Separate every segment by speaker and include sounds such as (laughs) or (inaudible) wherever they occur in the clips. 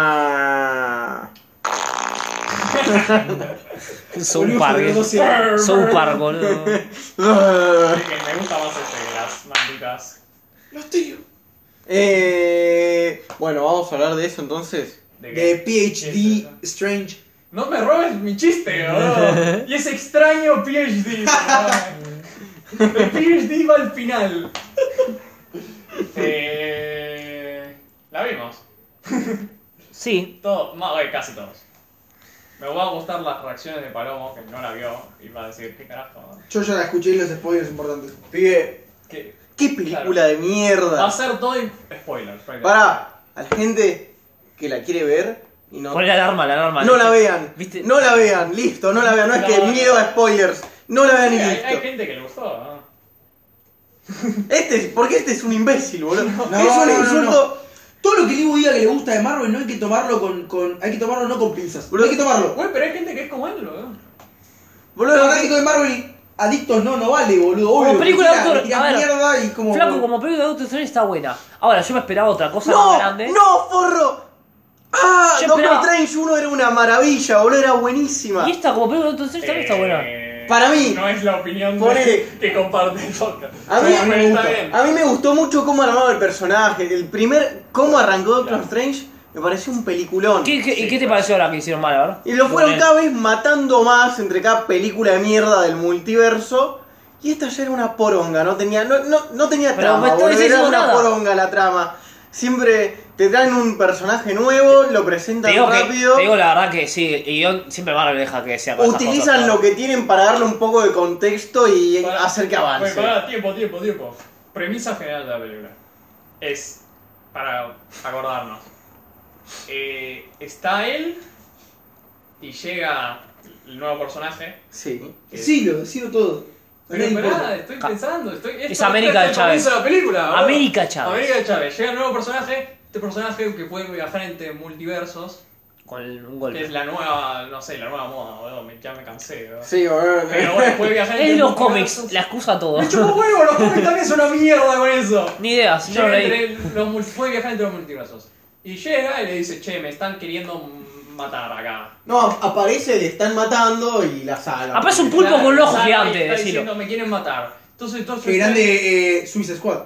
Speaker 1: ¡Prórroga!
Speaker 2: South Park.
Speaker 1: Boludo,
Speaker 2: es-
Speaker 1: no sé.
Speaker 2: South Park, boludo.
Speaker 3: Que me gusta más este, las malditas.
Speaker 1: Los tíos. Eh, bueno, vamos a hablar de eso entonces.
Speaker 3: ¿De qué?
Speaker 1: De
Speaker 3: Sí,
Speaker 1: PhD
Speaker 3: sí,
Speaker 1: Strange.
Speaker 3: No me robes mi chiste,
Speaker 2: (laughs)
Speaker 3: boludo. Y ese extraño PhD. boludo. El PhD va al final. Eh, la vimos.
Speaker 2: Sí,
Speaker 3: Todo, más, bueno, casi todos. Me va a gustar las reacciones de Palomo, que no la vio, y va a decir, ¿qué carajo? no?
Speaker 4: Yo ya la escuché y los spoilers importantes.
Speaker 1: Pibe,
Speaker 3: ¿Qué?
Speaker 1: qué película
Speaker 3: Claro.
Speaker 1: de
Speaker 3: Va a
Speaker 1: mierda.
Speaker 3: ser todo in- spoiler. prácticamente.
Speaker 1: Para a la gente que la quiere ver y no,
Speaker 2: pon la alarma, la alarma.
Speaker 1: no la vean.
Speaker 2: ¿Viste?
Speaker 1: No la vean, listo, no la vean. No es que
Speaker 3: No.
Speaker 1: miedo a spoilers. No la vean
Speaker 3: Sí,
Speaker 1: y
Speaker 3: hay, hay
Speaker 1: listo.
Speaker 3: gente que le gustó, ¿no?
Speaker 1: Este es, porque este es un imbécil, boludo.
Speaker 4: No,
Speaker 1: es
Speaker 4: no,
Speaker 1: un
Speaker 4: no,
Speaker 1: insulto.
Speaker 4: Todo lo que Libu diga que le gusta de Marvel no hay que tomarlo con. con hay que tomarlo no con pinzas.
Speaker 1: Bro.
Speaker 4: hay que tomarlo.
Speaker 3: Güey, pero hay gente que es como él, boludo.
Speaker 1: Boludo,
Speaker 4: Los
Speaker 1: no te-
Speaker 4: fanáticos de Marvel adictos no, no vale, boludo. Obvio,
Speaker 2: película
Speaker 4: me
Speaker 2: de
Speaker 4: tira-
Speaker 2: autor-
Speaker 4: me tira
Speaker 2: a ver,
Speaker 4: mierda y como.
Speaker 2: Flaco, como película de Doctor Strange está buena. Ahora, yo me esperaba otra cosa más
Speaker 1: ¡No!
Speaker 2: grande.
Speaker 1: ¡No, forro! ¡Ah!
Speaker 2: Yo
Speaker 1: Doctor
Speaker 2: esperaba-
Speaker 1: Strange 1 era una maravilla, boludo, era buenísima.
Speaker 2: Y esta, como película de Doctor Strange, también está buena.
Speaker 3: Eh,
Speaker 1: Para mí.
Speaker 3: No es la opinión de-
Speaker 1: Ponele.
Speaker 3: que comparte el podcast.
Speaker 1: A mí-
Speaker 3: Pero
Speaker 1: a mí me
Speaker 3: está
Speaker 4: gusta.
Speaker 3: bien.
Speaker 1: A mí me gustó mucho cómo armaba el personaje. El primer. cómo arrancó Doctor
Speaker 3: Claro.
Speaker 1: Strange me pareció un peliculón.
Speaker 2: ¿Qué, qué,
Speaker 3: Sí,
Speaker 2: ¿Y qué te
Speaker 3: claro.
Speaker 2: pareció ahora que hicieron mal, verdad?
Speaker 1: Y lo fueron
Speaker 2: Poné.
Speaker 1: cada vez matando más entre cada película de mierda del multiverso. Y esta ya era una poronga, no tenía, no, no, no tenía
Speaker 2: Pero me
Speaker 1: trama,
Speaker 2: estás
Speaker 1: boludo, era
Speaker 2: diciendo
Speaker 1: una
Speaker 2: nada.
Speaker 1: poronga la trama. Siempre te traen un personaje nuevo, lo
Speaker 2: Te
Speaker 1: presentan
Speaker 2: digo, que-
Speaker 1: rápido.
Speaker 2: te digo la verdad que sí, el guión siempre Marvel deja que (laughs) sea con esas
Speaker 1: Utilizan
Speaker 2: cosas,
Speaker 1: lo que tienen para darle un poco de contexto y
Speaker 3: Pará.
Speaker 1: hacer que
Speaker 3: Güey,
Speaker 1: avance.
Speaker 3: pará, tiempo, tiempo, tiempo. Premisa general de la película. Es, para acordarnos, eh, está él y llega el nuevo personaje.
Speaker 1: Sí.
Speaker 3: que-
Speaker 4: Decilo, decilo todo. A
Speaker 3: Pero
Speaker 4: nadie
Speaker 3: pará,
Speaker 4: importa.
Speaker 3: estoy pensando, estoy. esto-
Speaker 2: Es
Speaker 3: esto
Speaker 2: América
Speaker 3: es el
Speaker 2: de Chávez.
Speaker 3: comienzo de la película, boludo.
Speaker 2: América Chávez.
Speaker 3: América de Chávez. Llega un nuevo personaje, este personaje que puede viajar entre multiversos,
Speaker 2: Con un
Speaker 3: que
Speaker 2: golpe.
Speaker 3: es la nueva, no sé, la nueva moda, boludo, me- ya me cansé, boludo.
Speaker 1: Sí, boludo.
Speaker 3: Pero bueno,
Speaker 2: (laughs)
Speaker 3: puede viajar entre
Speaker 2: Es los
Speaker 3: multiversos.
Speaker 2: cómics, la excusa todo.
Speaker 3: Me chupa huevo, los cómics también son una mierda con eso.
Speaker 2: Ni idea, si yo no
Speaker 3: Llega
Speaker 2: leí.
Speaker 3: entre los mul- puede viajar entre los multiversos. Y llega y le dice, che, me están queriendo matar acá.
Speaker 1: No, aparece, le están matando y la salva.
Speaker 2: Aparece un pulpo con un ojo
Speaker 3: Sale y
Speaker 2: gigante,
Speaker 3: está
Speaker 2: decilo.
Speaker 3: diciendo, me quieren matar. Entonces, entonces...
Speaker 4: Qué grande eh, Suicide Squad.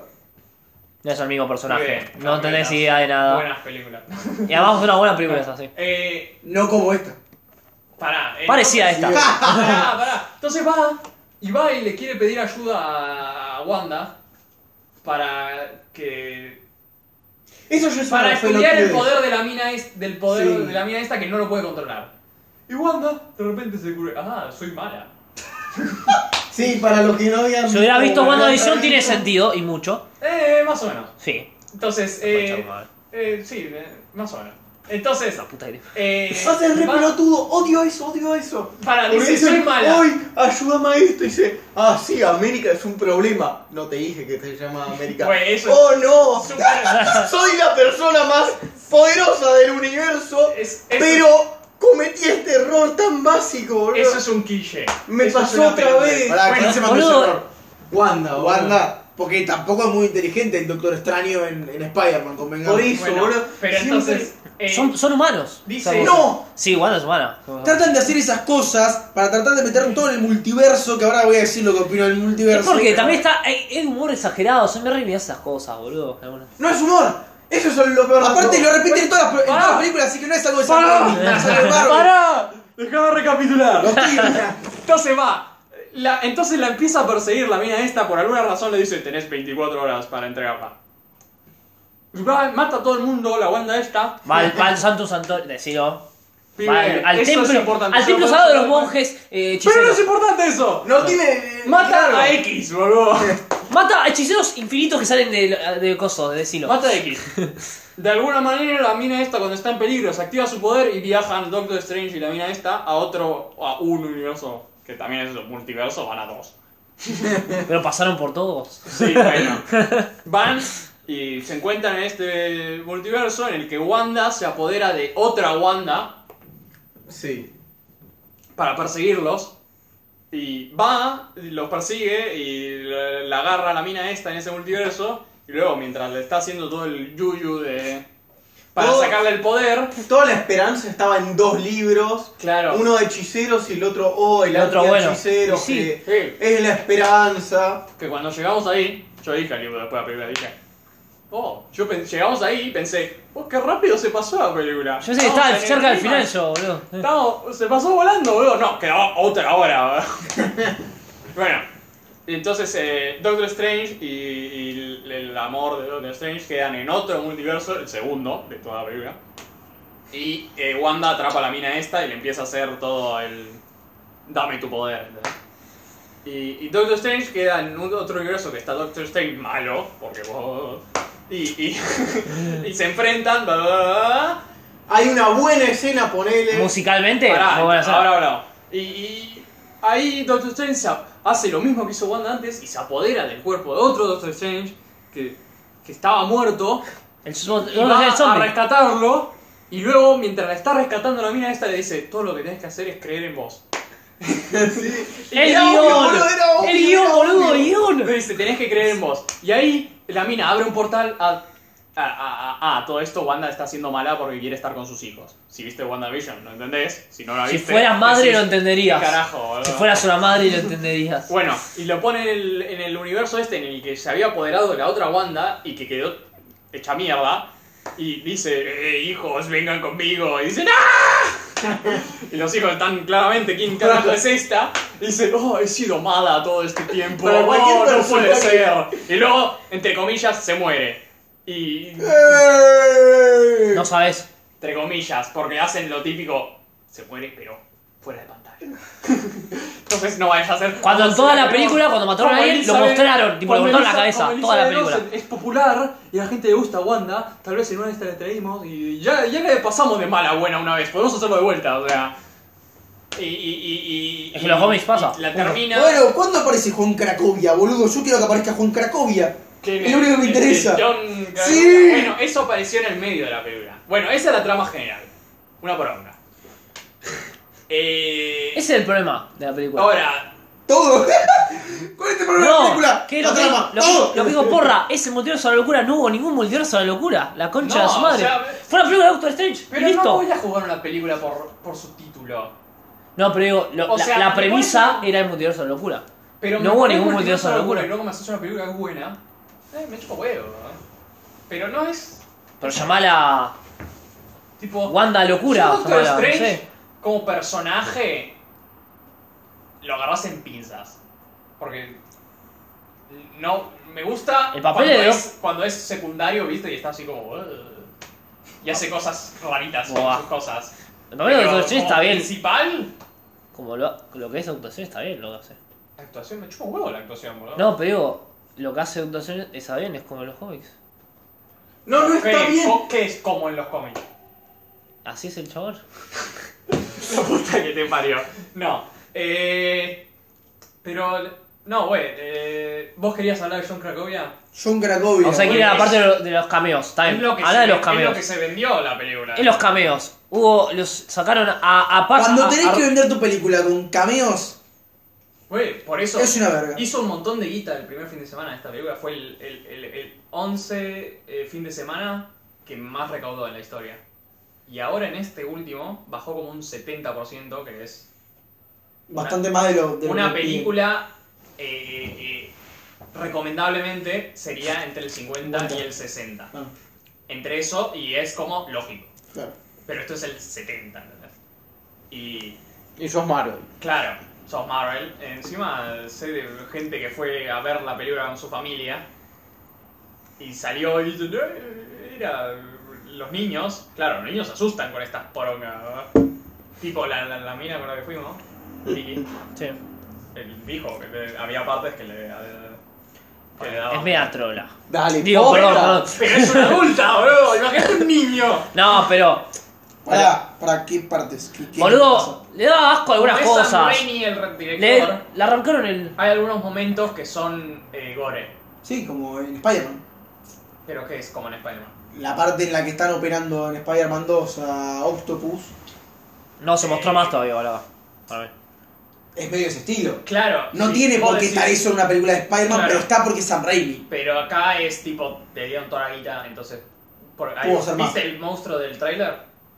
Speaker 2: No es el mismo personaje,
Speaker 3: Bien,
Speaker 2: no
Speaker 3: buenas,
Speaker 2: tenés idea de nada.
Speaker 3: Buenas películas. (laughs)
Speaker 2: Y además es una buena película esa, sí.
Speaker 3: Eh,
Speaker 4: No como esta.
Speaker 3: pará. eh,
Speaker 2: Parecía
Speaker 3: entonces-
Speaker 2: esta.
Speaker 3: (laughs) Pará, pará. Entonces va y va y le quiere pedir ayuda a Wanda para que
Speaker 4: Eso yo
Speaker 3: para
Speaker 4: una
Speaker 3: estudiar el
Speaker 4: pelotudez.
Speaker 3: poder de la mina es, del poder
Speaker 4: Sí.
Speaker 3: de la mina esta que no lo puede controlar. Y Wanda de repente se cubre, ah, soy mala.
Speaker 1: Sí, para los que no habían
Speaker 2: Si hubiera visto WandaVision
Speaker 1: no
Speaker 2: tiene
Speaker 1: habían
Speaker 2: sentido, y mucho.
Speaker 3: Eh, más o menos.
Speaker 2: Sí.
Speaker 3: Entonces, eh, eh, sí, eh, más o menos. Entonces,
Speaker 2: La puta que-
Speaker 3: eh,
Speaker 1: visto. Haces re
Speaker 3: va-
Speaker 1: pelotudo, odio eso, odio eso.
Speaker 3: para,
Speaker 1: Porque
Speaker 3: dice, soy
Speaker 1: dicen,
Speaker 3: mala.
Speaker 1: Hoy, ayúdame a esto. Y dice, ah, sí, América es un problema. No te dije que te llama América.
Speaker 3: Güey, eso es-
Speaker 1: oh, no.
Speaker 3: Súper-
Speaker 1: Soy la persona más poderosa del universo.
Speaker 3: es- eso-
Speaker 1: Pero cometí este error tan básico, boludo.
Speaker 3: Eso es un quiche.
Speaker 1: Me
Speaker 3: Eso es
Speaker 1: pasó
Speaker 3: una
Speaker 1: otra
Speaker 3: pelotudez.
Speaker 1: vez.
Speaker 4: Pará,
Speaker 3: Bueno,
Speaker 4: ¿quién se mandó
Speaker 2: boludo.
Speaker 4: ese error?
Speaker 1: Wanda, boludo.
Speaker 4: Wanda. Porque tampoco es muy inteligente el Doctor Extraño en, en Spider-Man, convengamos.
Speaker 1: Por eso,
Speaker 3: Bueno,
Speaker 1: boludo.
Speaker 3: pero
Speaker 1: Siempre-
Speaker 3: entonces, eh,
Speaker 2: Son, son humanos.
Speaker 3: dice-
Speaker 2: Son-
Speaker 1: ¡No!
Speaker 2: Sí, Wanda es humana.
Speaker 4: Tratan de hacer esas cosas para tratar de meter todo en el multiverso, que ahora voy a decir lo que opino del multiverso.
Speaker 2: Es porque también está. hay- Hay humor exagerado, son me re bien esas cosas, boludo. Algunas.
Speaker 1: No es humor. Eso es lo peor. de
Speaker 4: Aparte
Speaker 1: todo.
Speaker 4: lo repiten en todas las, en
Speaker 3: Pará.
Speaker 4: todas las películas, así que no es algo de
Speaker 3: Pará.
Speaker 4: San Raimi, sale de Marvel.
Speaker 3: ¡Para! Dejame recapitular.
Speaker 4: Los tiros.
Speaker 3: Entonces va. La- entonces la empieza a perseguir la mina esta. Por alguna razón le dice: Tenés 24 horas para entregarla. Va, mata a todo el mundo, la Wanda esta.
Speaker 2: Va al, va al Santo Santor, decilo.
Speaker 3: Pibe,
Speaker 2: Va al, al
Speaker 3: eso es
Speaker 2: templo.
Speaker 3: importante,
Speaker 2: Al
Speaker 3: eso
Speaker 2: templo
Speaker 3: lo
Speaker 2: sagrado de los
Speaker 3: podemos hablar.
Speaker 2: monjes eh,
Speaker 3: Pero no es
Speaker 2: hechiceros.
Speaker 3: importante eso.
Speaker 1: No tiene.
Speaker 3: Mata
Speaker 1: claro.
Speaker 3: a X, boludo.
Speaker 2: Mata a hechiceros infinitos que salen de, de coso, decilo.
Speaker 3: Mata a X. De alguna manera la mina esta cuando está en peligro se activa su poder y viajan Doctor Strange y la mina esta a otro, a un universo que también es un multiverso, van a dos.
Speaker 2: Pero pasaron por todos.
Speaker 3: (laughs) Sí, bueno. Van y se encuentran en este multiverso en el que Wanda se apodera de otra Wanda
Speaker 1: Sí.
Speaker 3: para perseguirlos. Y va, los persigue y la la agarra a la mina esta en ese multiverso. Y luego, mientras le está haciendo todo el yuyu de. para
Speaker 1: Todo-
Speaker 3: sacarle el poder.
Speaker 1: Toda la esperanza estaba en dos libros.
Speaker 3: Claro.
Speaker 1: Uno de hechiceros y el otro, oh, el,
Speaker 2: El otro bueno.
Speaker 1: hechicero,
Speaker 2: Y sí.
Speaker 3: Sí,
Speaker 1: es la esperanza.
Speaker 3: que cuando llegamos ahí, yo dije al libro después de la película, dije. Oh, yo pen- llegamos ahí y pensé, oh, qué rápido se pasó la película.
Speaker 2: Yo sé que
Speaker 3: Estamos
Speaker 2: estaba
Speaker 3: en el
Speaker 2: cerca del
Speaker 3: clima.
Speaker 2: final yo, boludo.
Speaker 3: Estamos, se pasó volando, boludo. No, quedaba otra hora, (laughs) boludo. bueno, y entonces eh, Doctor Strange y, y el, el amor de Doctor Strange quedan en otro multiverso, el segundo de toda la película. Y eh, Wanda atrapa a la mina esta y le empieza a hacer todo el. Dame tu poder. ¿entendés? Y, y Doctor Strange queda en un otro universo que está Doctor Strange malo, porque vos. Y, y, (laughs) y se enfrentan. bla, bla, bla, bla,
Speaker 1: Hay una buena escena, ponele.
Speaker 2: Musicalmente,
Speaker 3: Pará,
Speaker 2: muy buena sala.
Speaker 3: ahora ahora. Y, y ahí Doctor Strange se ap- hace lo mismo que hizo Wanda antes y se apodera del cuerpo de otro Doctor Strange que, que estaba muerto
Speaker 2: El, su-
Speaker 3: y
Speaker 2: no,
Speaker 3: va
Speaker 2: el
Speaker 3: a
Speaker 2: zombie.
Speaker 3: rescatarlo. Y luego, mientras la está rescatando la mina esta, le dice, todo lo que tenés que hacer es creer en vos.
Speaker 1: (laughs) Sí.
Speaker 2: El
Speaker 1: Era obvio,
Speaker 2: guión.
Speaker 1: boludo, era obvio,
Speaker 2: el guión,
Speaker 1: era
Speaker 2: boludo, el
Speaker 1: obvio.
Speaker 2: guión.
Speaker 3: Le dice, tenés que creer en vos. Y ahí la mina abre un portal a... Ah, ah, ah, ah, todo esto Wanda está siendo mala porque quiere estar con sus hijos. Si viste WandaVision, ¿no entendés? Si no la
Speaker 2: Si
Speaker 3: viste...
Speaker 2: fueras madre
Speaker 3: decís,
Speaker 2: lo entenderías.
Speaker 3: "¿Qué carajo, boludo?".
Speaker 2: Si fueras una madre lo entenderías.
Speaker 3: Bueno, y lo pone en el, en el universo este en el que se había apoderado de la otra Wanda y que quedó hecha mierda. Y dice, eh, hijos, vengan conmigo.
Speaker 1: (laughs)
Speaker 3: Y dicen, ¡ah! y los hijos están claramente, ¿quién carajo es esta? Y dicen, oh, he sido mala todo este tiempo.
Speaker 1: Para cualquier
Speaker 3: Oh, no puede ser.
Speaker 1: persona
Speaker 3: Y luego, entre comillas, se muere. Y,
Speaker 1: Eh.
Speaker 2: No sabes.
Speaker 3: entre comillas, porque hacen lo típico, se muere, pero fuera de pantalla. Entonces no vayas a hacer...
Speaker 2: Cuando en toda la película, cuando mataron a
Speaker 3: Como
Speaker 2: alguien, lo
Speaker 3: Elizabeth-
Speaker 2: mostraron, tipo, le
Speaker 3: como
Speaker 2: cortaron la
Speaker 3: Elisa-
Speaker 2: cabeza,
Speaker 3: como
Speaker 2: toda la
Speaker 3: Elizabeth
Speaker 2: película.
Speaker 3: Olsen Es popular y a la gente le gusta Wanda, tal vez en una de estas le traímos y ya, ya le pasamos de mala a buena una vez, podemos hacerlo de vuelta, o sea. Y, y, y, y-
Speaker 2: Es que los cómics pasa.
Speaker 3: y La termina.
Speaker 4: Bueno, ¿cuándo aparece Juan Cracovia, boludo? Yo quiero que aparezca Juan Cracovia.
Speaker 3: que-
Speaker 4: es lo único que me
Speaker 3: que-
Speaker 4: interesa.
Speaker 3: que John-
Speaker 4: Sí.
Speaker 3: Bueno, eso apareció en el medio de la película. Bueno, esa es la trama general. Una poronga. Eh,
Speaker 2: Ese es el problema de la película.
Speaker 3: ahora,
Speaker 4: Todo. (laughs) ¿Cuál es el problema de la película?
Speaker 2: que
Speaker 4: la
Speaker 2: lo, que,
Speaker 4: trama.
Speaker 2: lo,
Speaker 3: Oh.
Speaker 4: todo.
Speaker 2: que- lo que digo, porra, ese multiverso de la locura, no hubo ningún multiverso de la locura. La concha
Speaker 3: No,
Speaker 2: de su madre.
Speaker 3: o sea,
Speaker 2: Fue una película de Doctor Strange,
Speaker 3: pero
Speaker 2: y listo.
Speaker 3: no
Speaker 2: No,
Speaker 3: voy a jugar una película por, por su título.
Speaker 2: pero digo, lo-
Speaker 3: O
Speaker 2: la,
Speaker 3: sea,
Speaker 2: la
Speaker 3: me
Speaker 2: premisa
Speaker 3: parece-
Speaker 2: era el multiverso de la locura.
Speaker 3: Pero
Speaker 2: No
Speaker 3: me
Speaker 2: hubo
Speaker 3: parece
Speaker 2: ningún
Speaker 3: un
Speaker 2: multiverso de
Speaker 3: universo
Speaker 2: locura.
Speaker 3: Y luego me haces una película que es buena. Eh, me chupa huevo. ¿eh? Pero no es
Speaker 2: Pero llamala
Speaker 3: tipo.
Speaker 2: Wanda locura.
Speaker 3: Yo Doctor
Speaker 2: llamala, no
Speaker 3: Strange
Speaker 2: sé.
Speaker 3: como personaje lo agarras en pinzas. Porque no me gusta
Speaker 2: El papel
Speaker 3: cuando,
Speaker 2: de
Speaker 3: es, cuando es secundario, ¿viste? Y está así como "Ugh". y hace cosas raritas con
Speaker 2: Buah.
Speaker 3: sus cosas.
Speaker 2: El papel de
Speaker 3: Pero
Speaker 2: Doctor Strange
Speaker 3: como
Speaker 2: está bien.
Speaker 3: Principal
Speaker 2: Como lo, lo que es Doctor Strange está bien lo que hace.
Speaker 3: la actuación me chupa un huevo la actuación, boludo.
Speaker 2: No, pero digo, lo que hace Doctor Strange está bien, es como en los cómics.
Speaker 1: No, no está
Speaker 3: ¿Qué-
Speaker 1: bien.
Speaker 3: co- ¿Qué es como en los cómics? (laughs)
Speaker 2: Así es el chabón.
Speaker 3: La puta que te parió. No. Eh, pero. No, güey. eh, ¿Vos querías hablar de John Cracovia?
Speaker 4: John Cracovia.
Speaker 2: O sea, aquí
Speaker 3: bueno,
Speaker 2: era la
Speaker 3: es-
Speaker 2: parte de lo- de los cameos. Está bien.
Speaker 3: Es lo que
Speaker 2: Habla
Speaker 3: se-
Speaker 2: de los
Speaker 3: Es lo
Speaker 2: cameos.
Speaker 3: que se vendió la película.
Speaker 2: En los cameos. Hubo, los sacaron a, a Pac-
Speaker 4: Cuando
Speaker 2: a-
Speaker 4: tenés
Speaker 2: a-
Speaker 4: que vender tu película con cameos,
Speaker 3: Güey, por eso.
Speaker 4: es una verga.
Speaker 3: Hizo un montón de guita el primer fin de semana de esta película. Fue el, el, el, el 11 eh, fin de semana que más recaudó en la historia. Y ahora en este último bajó como un 70%, que es
Speaker 4: Bastante más de lo. de lo
Speaker 3: Una
Speaker 4: que-
Speaker 3: película eh, eh, recomendablemente sería entre el 50 y el 60.
Speaker 4: Ah,
Speaker 3: Entre eso y es como lógico.
Speaker 4: claro.
Speaker 3: Pero esto es el 70, ¿entendés? Y
Speaker 1: Y sos Marvel.
Speaker 3: claro, sos Marvel. Encima sé de gente que fue a ver la película con su familia y salió y dice, "Eh, era los niños. Claro, los niños se asustan con estas porongas. ¿verdad? Tipo la, la, la mina con la que fuimos. Vicky.
Speaker 2: Sí.
Speaker 3: Él dijo que le- había partes que le, que le daban.
Speaker 2: Es media trola.
Speaker 1: Dale,
Speaker 2: Digo,
Speaker 1: posta.
Speaker 2: perdón, perdón.
Speaker 3: Pero es una
Speaker 2: (laughs)
Speaker 3: adulta, boludo. Imagínate un niño.
Speaker 2: No, pero,
Speaker 4: Pará, ¿para qué partes? ¿Qué- qué pasa?
Speaker 2: boludo, le daba asco a algunas
Speaker 3: Como es Sam
Speaker 2: cosas.
Speaker 3: Raimi, el
Speaker 2: Le,
Speaker 3: re- director,
Speaker 2: le arrancaron el.
Speaker 3: hay algunos momentos que son eh, gore.
Speaker 4: Sí, como en Spider-Man.
Speaker 3: Pero que es como en Spider-Man.
Speaker 4: La parte en la que están operando en Spider-Man 2 a Octopus.
Speaker 2: No, se mostró más todavía, boludo. Para mí.
Speaker 4: es medio ese estilo.
Speaker 3: Claro.
Speaker 4: No
Speaker 3: sí,
Speaker 4: tiene
Speaker 3: vos
Speaker 4: por qué
Speaker 3: decís,
Speaker 4: estar eso en una película de Spider-Man,
Speaker 3: Claro.
Speaker 4: pero está porque es Sam Raimi.
Speaker 3: Pero acá es tipo, le dieron toda la guita, entonces. por- ahí-
Speaker 4: Pudo ser más.
Speaker 3: ¿Viste el monstruo del tráiler?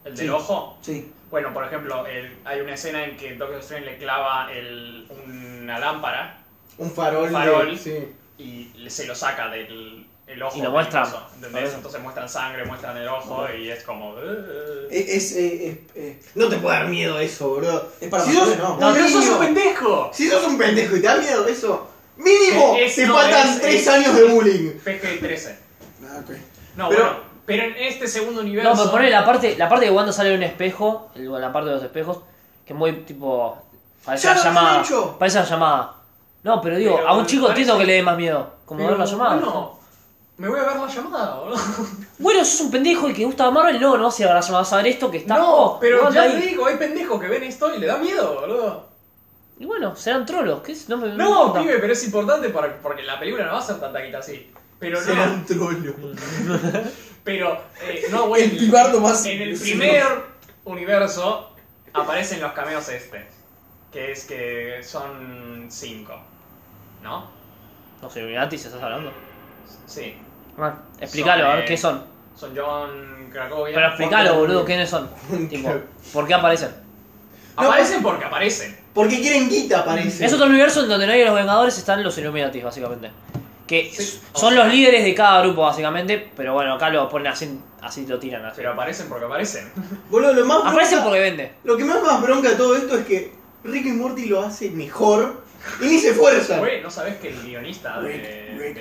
Speaker 3: El del
Speaker 4: Sí.
Speaker 3: ojo.
Speaker 4: Sí.
Speaker 3: Bueno, por ejemplo, el- hay una escena en que Doctor Strange le clava el- una lámpara
Speaker 1: Un farol. de-
Speaker 3: Farol.
Speaker 1: sí.
Speaker 3: y le- se lo saca del el ojo.
Speaker 2: Y lo
Speaker 3: del
Speaker 2: muestran.
Speaker 3: coso, ¿entendés?
Speaker 2: Por eso.
Speaker 3: Entonces muestran sangre, muestran el ojo y es como. eh, eh.
Speaker 4: Es, es, eh, es, eh,
Speaker 1: No te puede dar miedo eso, bro.
Speaker 4: es para
Speaker 1: Si
Speaker 4: mayores,
Speaker 1: sos-
Speaker 4: no.
Speaker 1: No,
Speaker 3: ¡Pero
Speaker 1: niño.
Speaker 3: sos un pendejo!
Speaker 1: Si sos un pendejo y te da miedo eso, mínimo
Speaker 3: Es-
Speaker 1: te
Speaker 3: no,
Speaker 1: faltan
Speaker 3: es-
Speaker 1: tres
Speaker 3: es-
Speaker 1: años de bullying.
Speaker 3: PG-13.
Speaker 4: Ah, ok.
Speaker 3: No,
Speaker 1: Pero-
Speaker 3: bueno. Pero en este segundo universo.
Speaker 2: No, me pone la parte, la parte que Wanda sale de un espejo, el- la parte de los espejos, que es muy tipo. Parece
Speaker 1: Ya
Speaker 2: una
Speaker 1: lo habían
Speaker 2: llamada.
Speaker 1: hecho.
Speaker 2: Parece una llamada. No, pero digo,
Speaker 3: Pero
Speaker 2: a un chico
Speaker 3: parece-
Speaker 2: entiendo que le dé más miedo. Como
Speaker 3: pero,
Speaker 2: ver la llamada.
Speaker 3: Bueno, me voy a ver la llamada, boludo.
Speaker 2: Bueno, sos un pendejo y que gusta Marvel. No, no vas a ir a la llamada vas a ver esto que está.
Speaker 3: No,
Speaker 2: oh,
Speaker 3: pero
Speaker 2: Wanda
Speaker 3: ya
Speaker 2: ahí.
Speaker 3: te digo, hay pendejos que ven esto y le da miedo, boludo.
Speaker 2: Y bueno, serán trolos. ¿Qué es? No me. me
Speaker 3: No,
Speaker 2: importa.
Speaker 3: pibe, pero es importante para- porque la película no va a ser tan taquita así. Pero
Speaker 1: Será
Speaker 3: no,
Speaker 1: un trolo.
Speaker 3: pero eh, no, güey.
Speaker 4: El pibardo más-
Speaker 3: En el
Speaker 4: sí,
Speaker 3: primer universo aparecen los cameos este, que es que son cinco, ¿no?
Speaker 2: No sé, Illuminati, si estás hablando.
Speaker 3: Sí,
Speaker 2: Ah, explicalo, a ver
Speaker 3: eh,
Speaker 2: qué son.
Speaker 3: son John Cracovia.
Speaker 2: Pero explicalo,
Speaker 1: Juan-
Speaker 2: boludo, quiénes
Speaker 3: (laughs)
Speaker 2: son. tipo, ¿por qué aparecen?
Speaker 3: Aparecen porque aparecen.
Speaker 1: Porque quieren guita, parece.
Speaker 2: Es otro universo en donde no hay los Vengadores, están los Illuminati, básicamente. Que
Speaker 3: Sí,
Speaker 2: s-
Speaker 3: o
Speaker 2: son
Speaker 3: sea-
Speaker 2: los líderes de cada grupo, básicamente. Pero bueno, acá lo ponen así, así lo tiran. Así.
Speaker 3: Pero aparecen porque aparecen.
Speaker 1: Boludo, lo más
Speaker 2: Aparecen
Speaker 1: bronca-
Speaker 2: porque vende.
Speaker 1: Lo que más más bronca de todo esto es que Rick y Morty lo hace mejor y ni se esfuerza.
Speaker 3: Güey, ¿no sabés que el guionista de,
Speaker 4: Rick,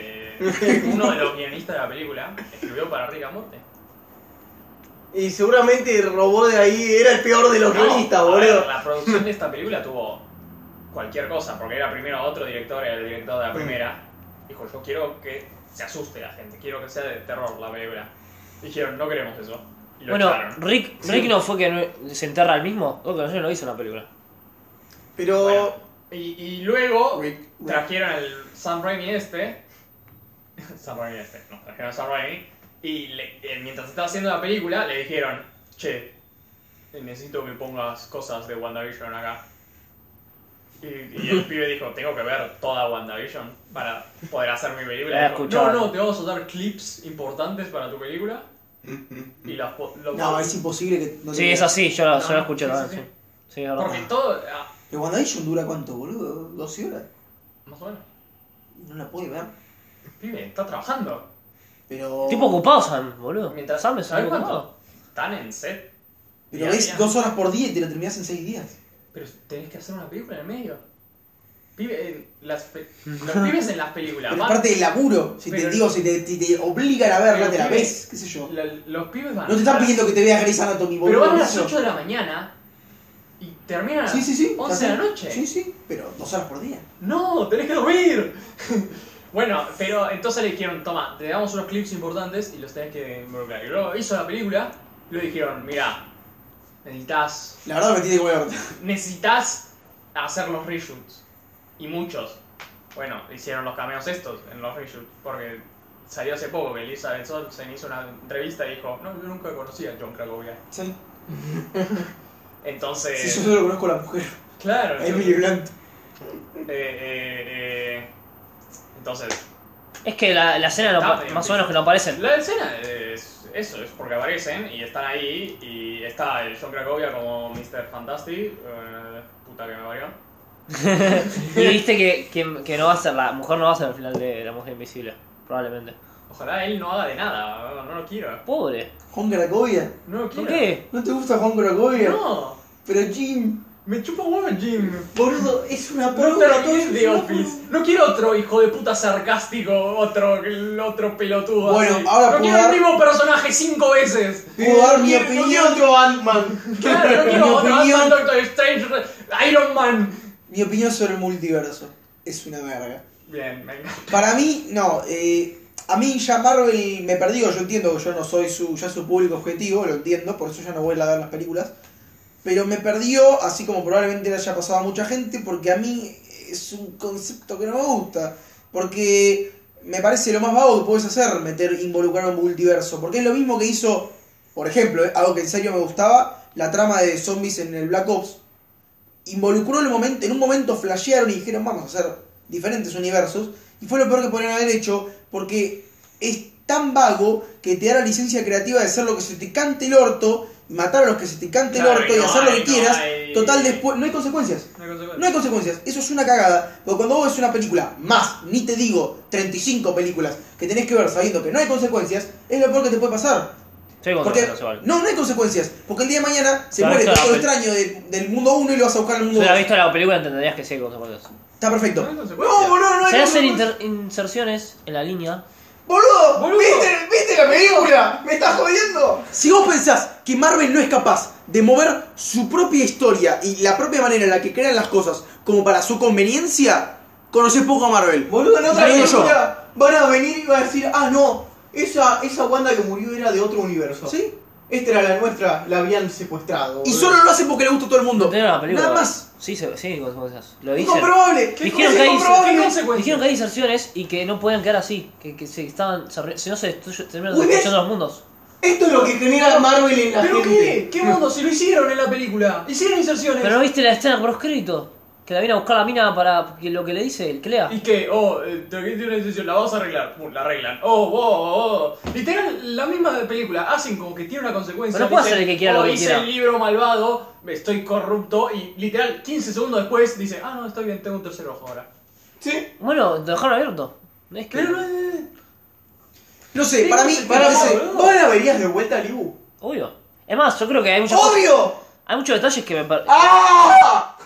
Speaker 3: de- Uno de los guionistas de la película escribió para Rick and Morty.
Speaker 1: Y seguramente robó de ahí, era el peor de los
Speaker 3: No, Ah,
Speaker 1: guionistas,
Speaker 3: a
Speaker 1: boludo.
Speaker 3: ver, La producción de esta película tuvo cualquier cosa, porque era primero otro director, era el director de la
Speaker 1: Mm.
Speaker 3: primera. Dijo, yo quiero que se asuste la gente, quiero que sea de terror la película. Dijeron, no queremos eso. Y lo
Speaker 2: Bueno,
Speaker 3: echaron.
Speaker 2: Rick,
Speaker 1: Sí.
Speaker 2: Rick no fue que no- se enterra al mismo. Oh, que no lo hizo en la película.
Speaker 1: Pero.
Speaker 3: Bueno, y, y luego
Speaker 4: Rick, Rick.
Speaker 3: trajeron al Sam Raimi este. (laughs) Sam Raimi este, no, trajeron a Sam Raimi. Y le- eh, mientras estaba haciendo la película, le dijeron, che, eh, necesito que pongas cosas de WandaVision acá. Y, y el (laughs) pibe dijo, tengo que ver toda WandaVision para poder hacer mi película.
Speaker 2: Eh,
Speaker 3: Dijo,
Speaker 2: escuchá.
Speaker 3: no, no, te vamos a dar clips importantes para tu
Speaker 4: (laughs)
Speaker 3: película. Y las po- lo-
Speaker 4: No, es imposible que. No
Speaker 2: Sí, es así, yo, lo-
Speaker 3: No,
Speaker 2: yo lo
Speaker 3: no,
Speaker 2: escuché
Speaker 3: sí,
Speaker 2: también.
Speaker 3: sí,
Speaker 2: Sí,
Speaker 3: sí.
Speaker 2: Sí, es verdad.
Speaker 3: Porque todo... ah,
Speaker 4: Pero WandaVision dura cuánto, boludo? ¿12 horas?
Speaker 3: más o menos.
Speaker 4: No la puedo ver.
Speaker 3: Pibe, está trabajando.
Speaker 4: Pero.
Speaker 2: Tipo ocupado, Sam, boludo.
Speaker 3: Mientras-
Speaker 2: Sam es un
Speaker 3: ¿sabes
Speaker 2: tipo
Speaker 3: cuánto?
Speaker 2: ocupado.
Speaker 3: Están en set.
Speaker 4: Pero
Speaker 3: Ya,
Speaker 4: ves
Speaker 3: ya.
Speaker 4: dos horas por día y te lo terminás en seis días.
Speaker 3: Pero tenés que hacer una película en el medio. Pibe, en las
Speaker 4: (laughs)
Speaker 3: pe- Los pibes en las películas.
Speaker 4: Pero
Speaker 3: van-
Speaker 4: es parte del laburo. Si te
Speaker 3: Pero-
Speaker 4: digo, si te, si te obligan a verla,
Speaker 3: Pero
Speaker 4: te la
Speaker 3: pibes-
Speaker 4: ves, qué sé yo.
Speaker 3: la- los pibes van.
Speaker 4: No te están pidiendo que te veas Grey's Anatomy, boludo.
Speaker 3: Pero van a las
Speaker 4: eso.
Speaker 3: 8 de la mañana y terminan a las
Speaker 4: Sí, sí, sí.
Speaker 3: 11
Speaker 4: ya
Speaker 3: Ah, de
Speaker 4: sé.
Speaker 3: la noche.
Speaker 4: Sí, sí, pero dos horas por día.
Speaker 3: No, tenés que dormir. (laughs) bueno, pero entonces le dijeron, toma, te damos unos clips importantes y los tenés que involucrar. Y luego hizo la película y le dijeron, mira, necesitas
Speaker 4: La verdad me tiene que volver.
Speaker 3: necesitas hacer los reshoots. Y muchos. Bueno, hicieron los cameos estos en los reshoots. Porque salió hace poco que Elizabeth Olsen hizo una entrevista y dijo, no, yo nunca conocí a John Cracovia.
Speaker 4: Sí.
Speaker 3: Entonces...
Speaker 4: Sí, yo solo conozco a la mujer.
Speaker 3: Claro.
Speaker 4: A Emily Blunt.
Speaker 3: entonces, eh, eh, eh, entonces,
Speaker 2: Es que la, la escena no
Speaker 3: Está
Speaker 2: pa-
Speaker 3: bien,
Speaker 2: más
Speaker 3: sí.
Speaker 2: o menos que no
Speaker 3: (laughs)
Speaker 2: aparecen.
Speaker 3: la escena es eso, es porque aparecen y están ahí y está el John Cracovia como Mr. Fantastic. eh, puta que me parió.
Speaker 2: Y viste que, que, que no va a ser, la mujer no va a ser el final de La Mujer Invisible. Probablemente.
Speaker 3: Ojalá él no haga de nada, no, no lo quiero.
Speaker 2: Pobre.
Speaker 4: Juan Cracovia.
Speaker 3: No lo
Speaker 2: ¿Por
Speaker 3: quiero.
Speaker 2: qué?
Speaker 4: ¿No te gusta Juan Cracovia?
Speaker 3: No.
Speaker 4: Pero Jim.
Speaker 3: Me chupa huevo el Jim.
Speaker 1: Boludo, es una
Speaker 3: No
Speaker 1: poronga, todo
Speaker 3: termines
Speaker 1: es
Speaker 3: de
Speaker 1: una
Speaker 3: Office. No quiero otro hijo de puta sarcástico, otro, el otro pelotudo.
Speaker 4: Bueno,
Speaker 3: así.
Speaker 4: ahora
Speaker 3: No
Speaker 4: puedo
Speaker 3: quiero
Speaker 4: dar-
Speaker 3: el mismo personaje cinco
Speaker 4: (laughs)
Speaker 3: veces.
Speaker 4: Puedo dar mi
Speaker 1: poronga. Ponía
Speaker 4: opinión.
Speaker 1: otro Ant-Man.
Speaker 3: Claro, no
Speaker 4: Mi
Speaker 3: quiero otro
Speaker 4: opinión-
Speaker 3: Batman, Doctor Strange, Iron Man.
Speaker 4: Mi opinión sobre el multiverso. Es una verga.
Speaker 3: Bien, venga.
Speaker 4: Para mí, no. eh, a mí ya Marvel me perdió. Yo entiendo que yo no soy su, ya su público objetivo, lo entiendo. Por eso ya no vuelvo a ver las películas. Pero me perdió, así como probablemente le haya pasado a mucha gente, porque a mí es un concepto que no me gusta. Porque me parece lo más vago que puedes hacer, meter, involucrar un multiverso. Porque es lo mismo que hizo, por ejemplo, eh, algo que en serio me gustaba, la trama de zombies en el Black Ops. involucró el momento, en un momento flashearon y dijeron vamos a hacer diferentes universos. Y fue lo peor que podrían haber hecho porque es tan vago que te da la licencia creativa de hacer lo que se te cante el orto, matar a los que se te cante
Speaker 3: Claro,
Speaker 4: el orto
Speaker 3: y
Speaker 4: y
Speaker 3: no
Speaker 4: hacer lo
Speaker 3: hay-
Speaker 4: que
Speaker 3: no
Speaker 4: quieras.
Speaker 3: hay-
Speaker 4: Total, después no hay consecuencias.
Speaker 3: No hay consecuencias.
Speaker 4: No hay consecuencias, eso es una cagada. Porque cuando vos ves una película, más, ni te digo, 35 películas que tenés que ver sabiendo que no hay consecuencias, es lo peor que te puede pasar.
Speaker 2: Soy contra
Speaker 4: Porque
Speaker 2: los igual.
Speaker 4: no, no hay consecuencias. Porque el día de mañana se
Speaker 2: Claro,
Speaker 4: muere
Speaker 2: claro,
Speaker 4: todo
Speaker 2: pero-
Speaker 4: extraño de- del mundo 1 y lo vas a buscar al
Speaker 2: Si
Speaker 4: mundo
Speaker 2: hubieras
Speaker 4: 2.
Speaker 2: visto la película entenderías que sí hay consecuencias.
Speaker 4: Está perfecto.
Speaker 3: No hay
Speaker 4: No,
Speaker 3: consecuencias.
Speaker 4: boludo, no hay
Speaker 2: Se hacen
Speaker 4: consecuencias.
Speaker 2: inter- inserciones en la línea.
Speaker 4: ¡Boludo!
Speaker 3: Boludo.
Speaker 4: ¿Viste, ¿Viste la película? ¡Me estás jodiendo! Si vos pensás que Marvel no es capaz de mover su propia historia y la propia manera en la que crean las cosas como para su conveniencia, conocés poco a Marvel.
Speaker 1: Boludo, en otra
Speaker 4: Digo yo.
Speaker 1: película van a venir y van a decir, ah, no, esa, esa Wanda que murió era de otro universo.
Speaker 4: ¿Sí?
Speaker 1: Esta era la nuestra, la habían secuestrado.
Speaker 4: Y
Speaker 1: boludo.
Speaker 4: solo lo hacen porque le gusta a todo el mundo.
Speaker 2: No la película.
Speaker 4: Nada más.
Speaker 2: Sí, se- sí, hay consecuencias. Lo dicen.
Speaker 4: Incomprobable.
Speaker 2: Dijeron
Speaker 4: Es
Speaker 2: que, hay,
Speaker 4: incomprobable.
Speaker 3: ¿Qué consecuencias?
Speaker 2: dijeron que hay inserciones y que no pueden quedar así. Que, que se estaban, se re- si no se destruyen, terminan
Speaker 1: Muy bien.
Speaker 2: destruyendo los mundos.
Speaker 1: Esto es lo que genera Marvel en la
Speaker 3: ¿Pero qué?
Speaker 1: gente.
Speaker 3: ¿Qué mundo? Si lo hicieron en la película. Hicieron inserciones.
Speaker 2: Pero no viste la escena por crédito. Que la viene a buscar la mina para que lo que le dice el Clea.
Speaker 3: ¿Y qué? Oh, eh, te que una decisión, la vamos a arreglar. Pum, la arreglan. Oh, oh, oh. Literal, la misma de película. Hacen como que tiene una consecuencia.
Speaker 2: Pero puede
Speaker 3: Dicen,
Speaker 2: hacer el que quiera lo
Speaker 3: "Oh,
Speaker 2: que
Speaker 3: hice
Speaker 2: quiera".
Speaker 3: el libro malvado, estoy corrupto. Y literal, 15 segundos después, dice, ah, no, está bien, tengo un tercer ojo ahora.
Speaker 1: ¿Sí?
Speaker 2: Bueno, te dejaron abierto. No es que.
Speaker 3: Pero no es...
Speaker 4: No sé,
Speaker 3: Sí,
Speaker 4: para
Speaker 3: no
Speaker 4: mí,
Speaker 3: sé,
Speaker 4: para
Speaker 1: Para
Speaker 4: mí.
Speaker 1: vos,
Speaker 3: boludo.
Speaker 1: ¿vos la verías de vuelta a Libu?
Speaker 2: Obvio. Es más, yo creo que hay muchos.
Speaker 1: ¡Obvio!
Speaker 2: Hay muchos detalles que me parecen.
Speaker 1: ¡Ah!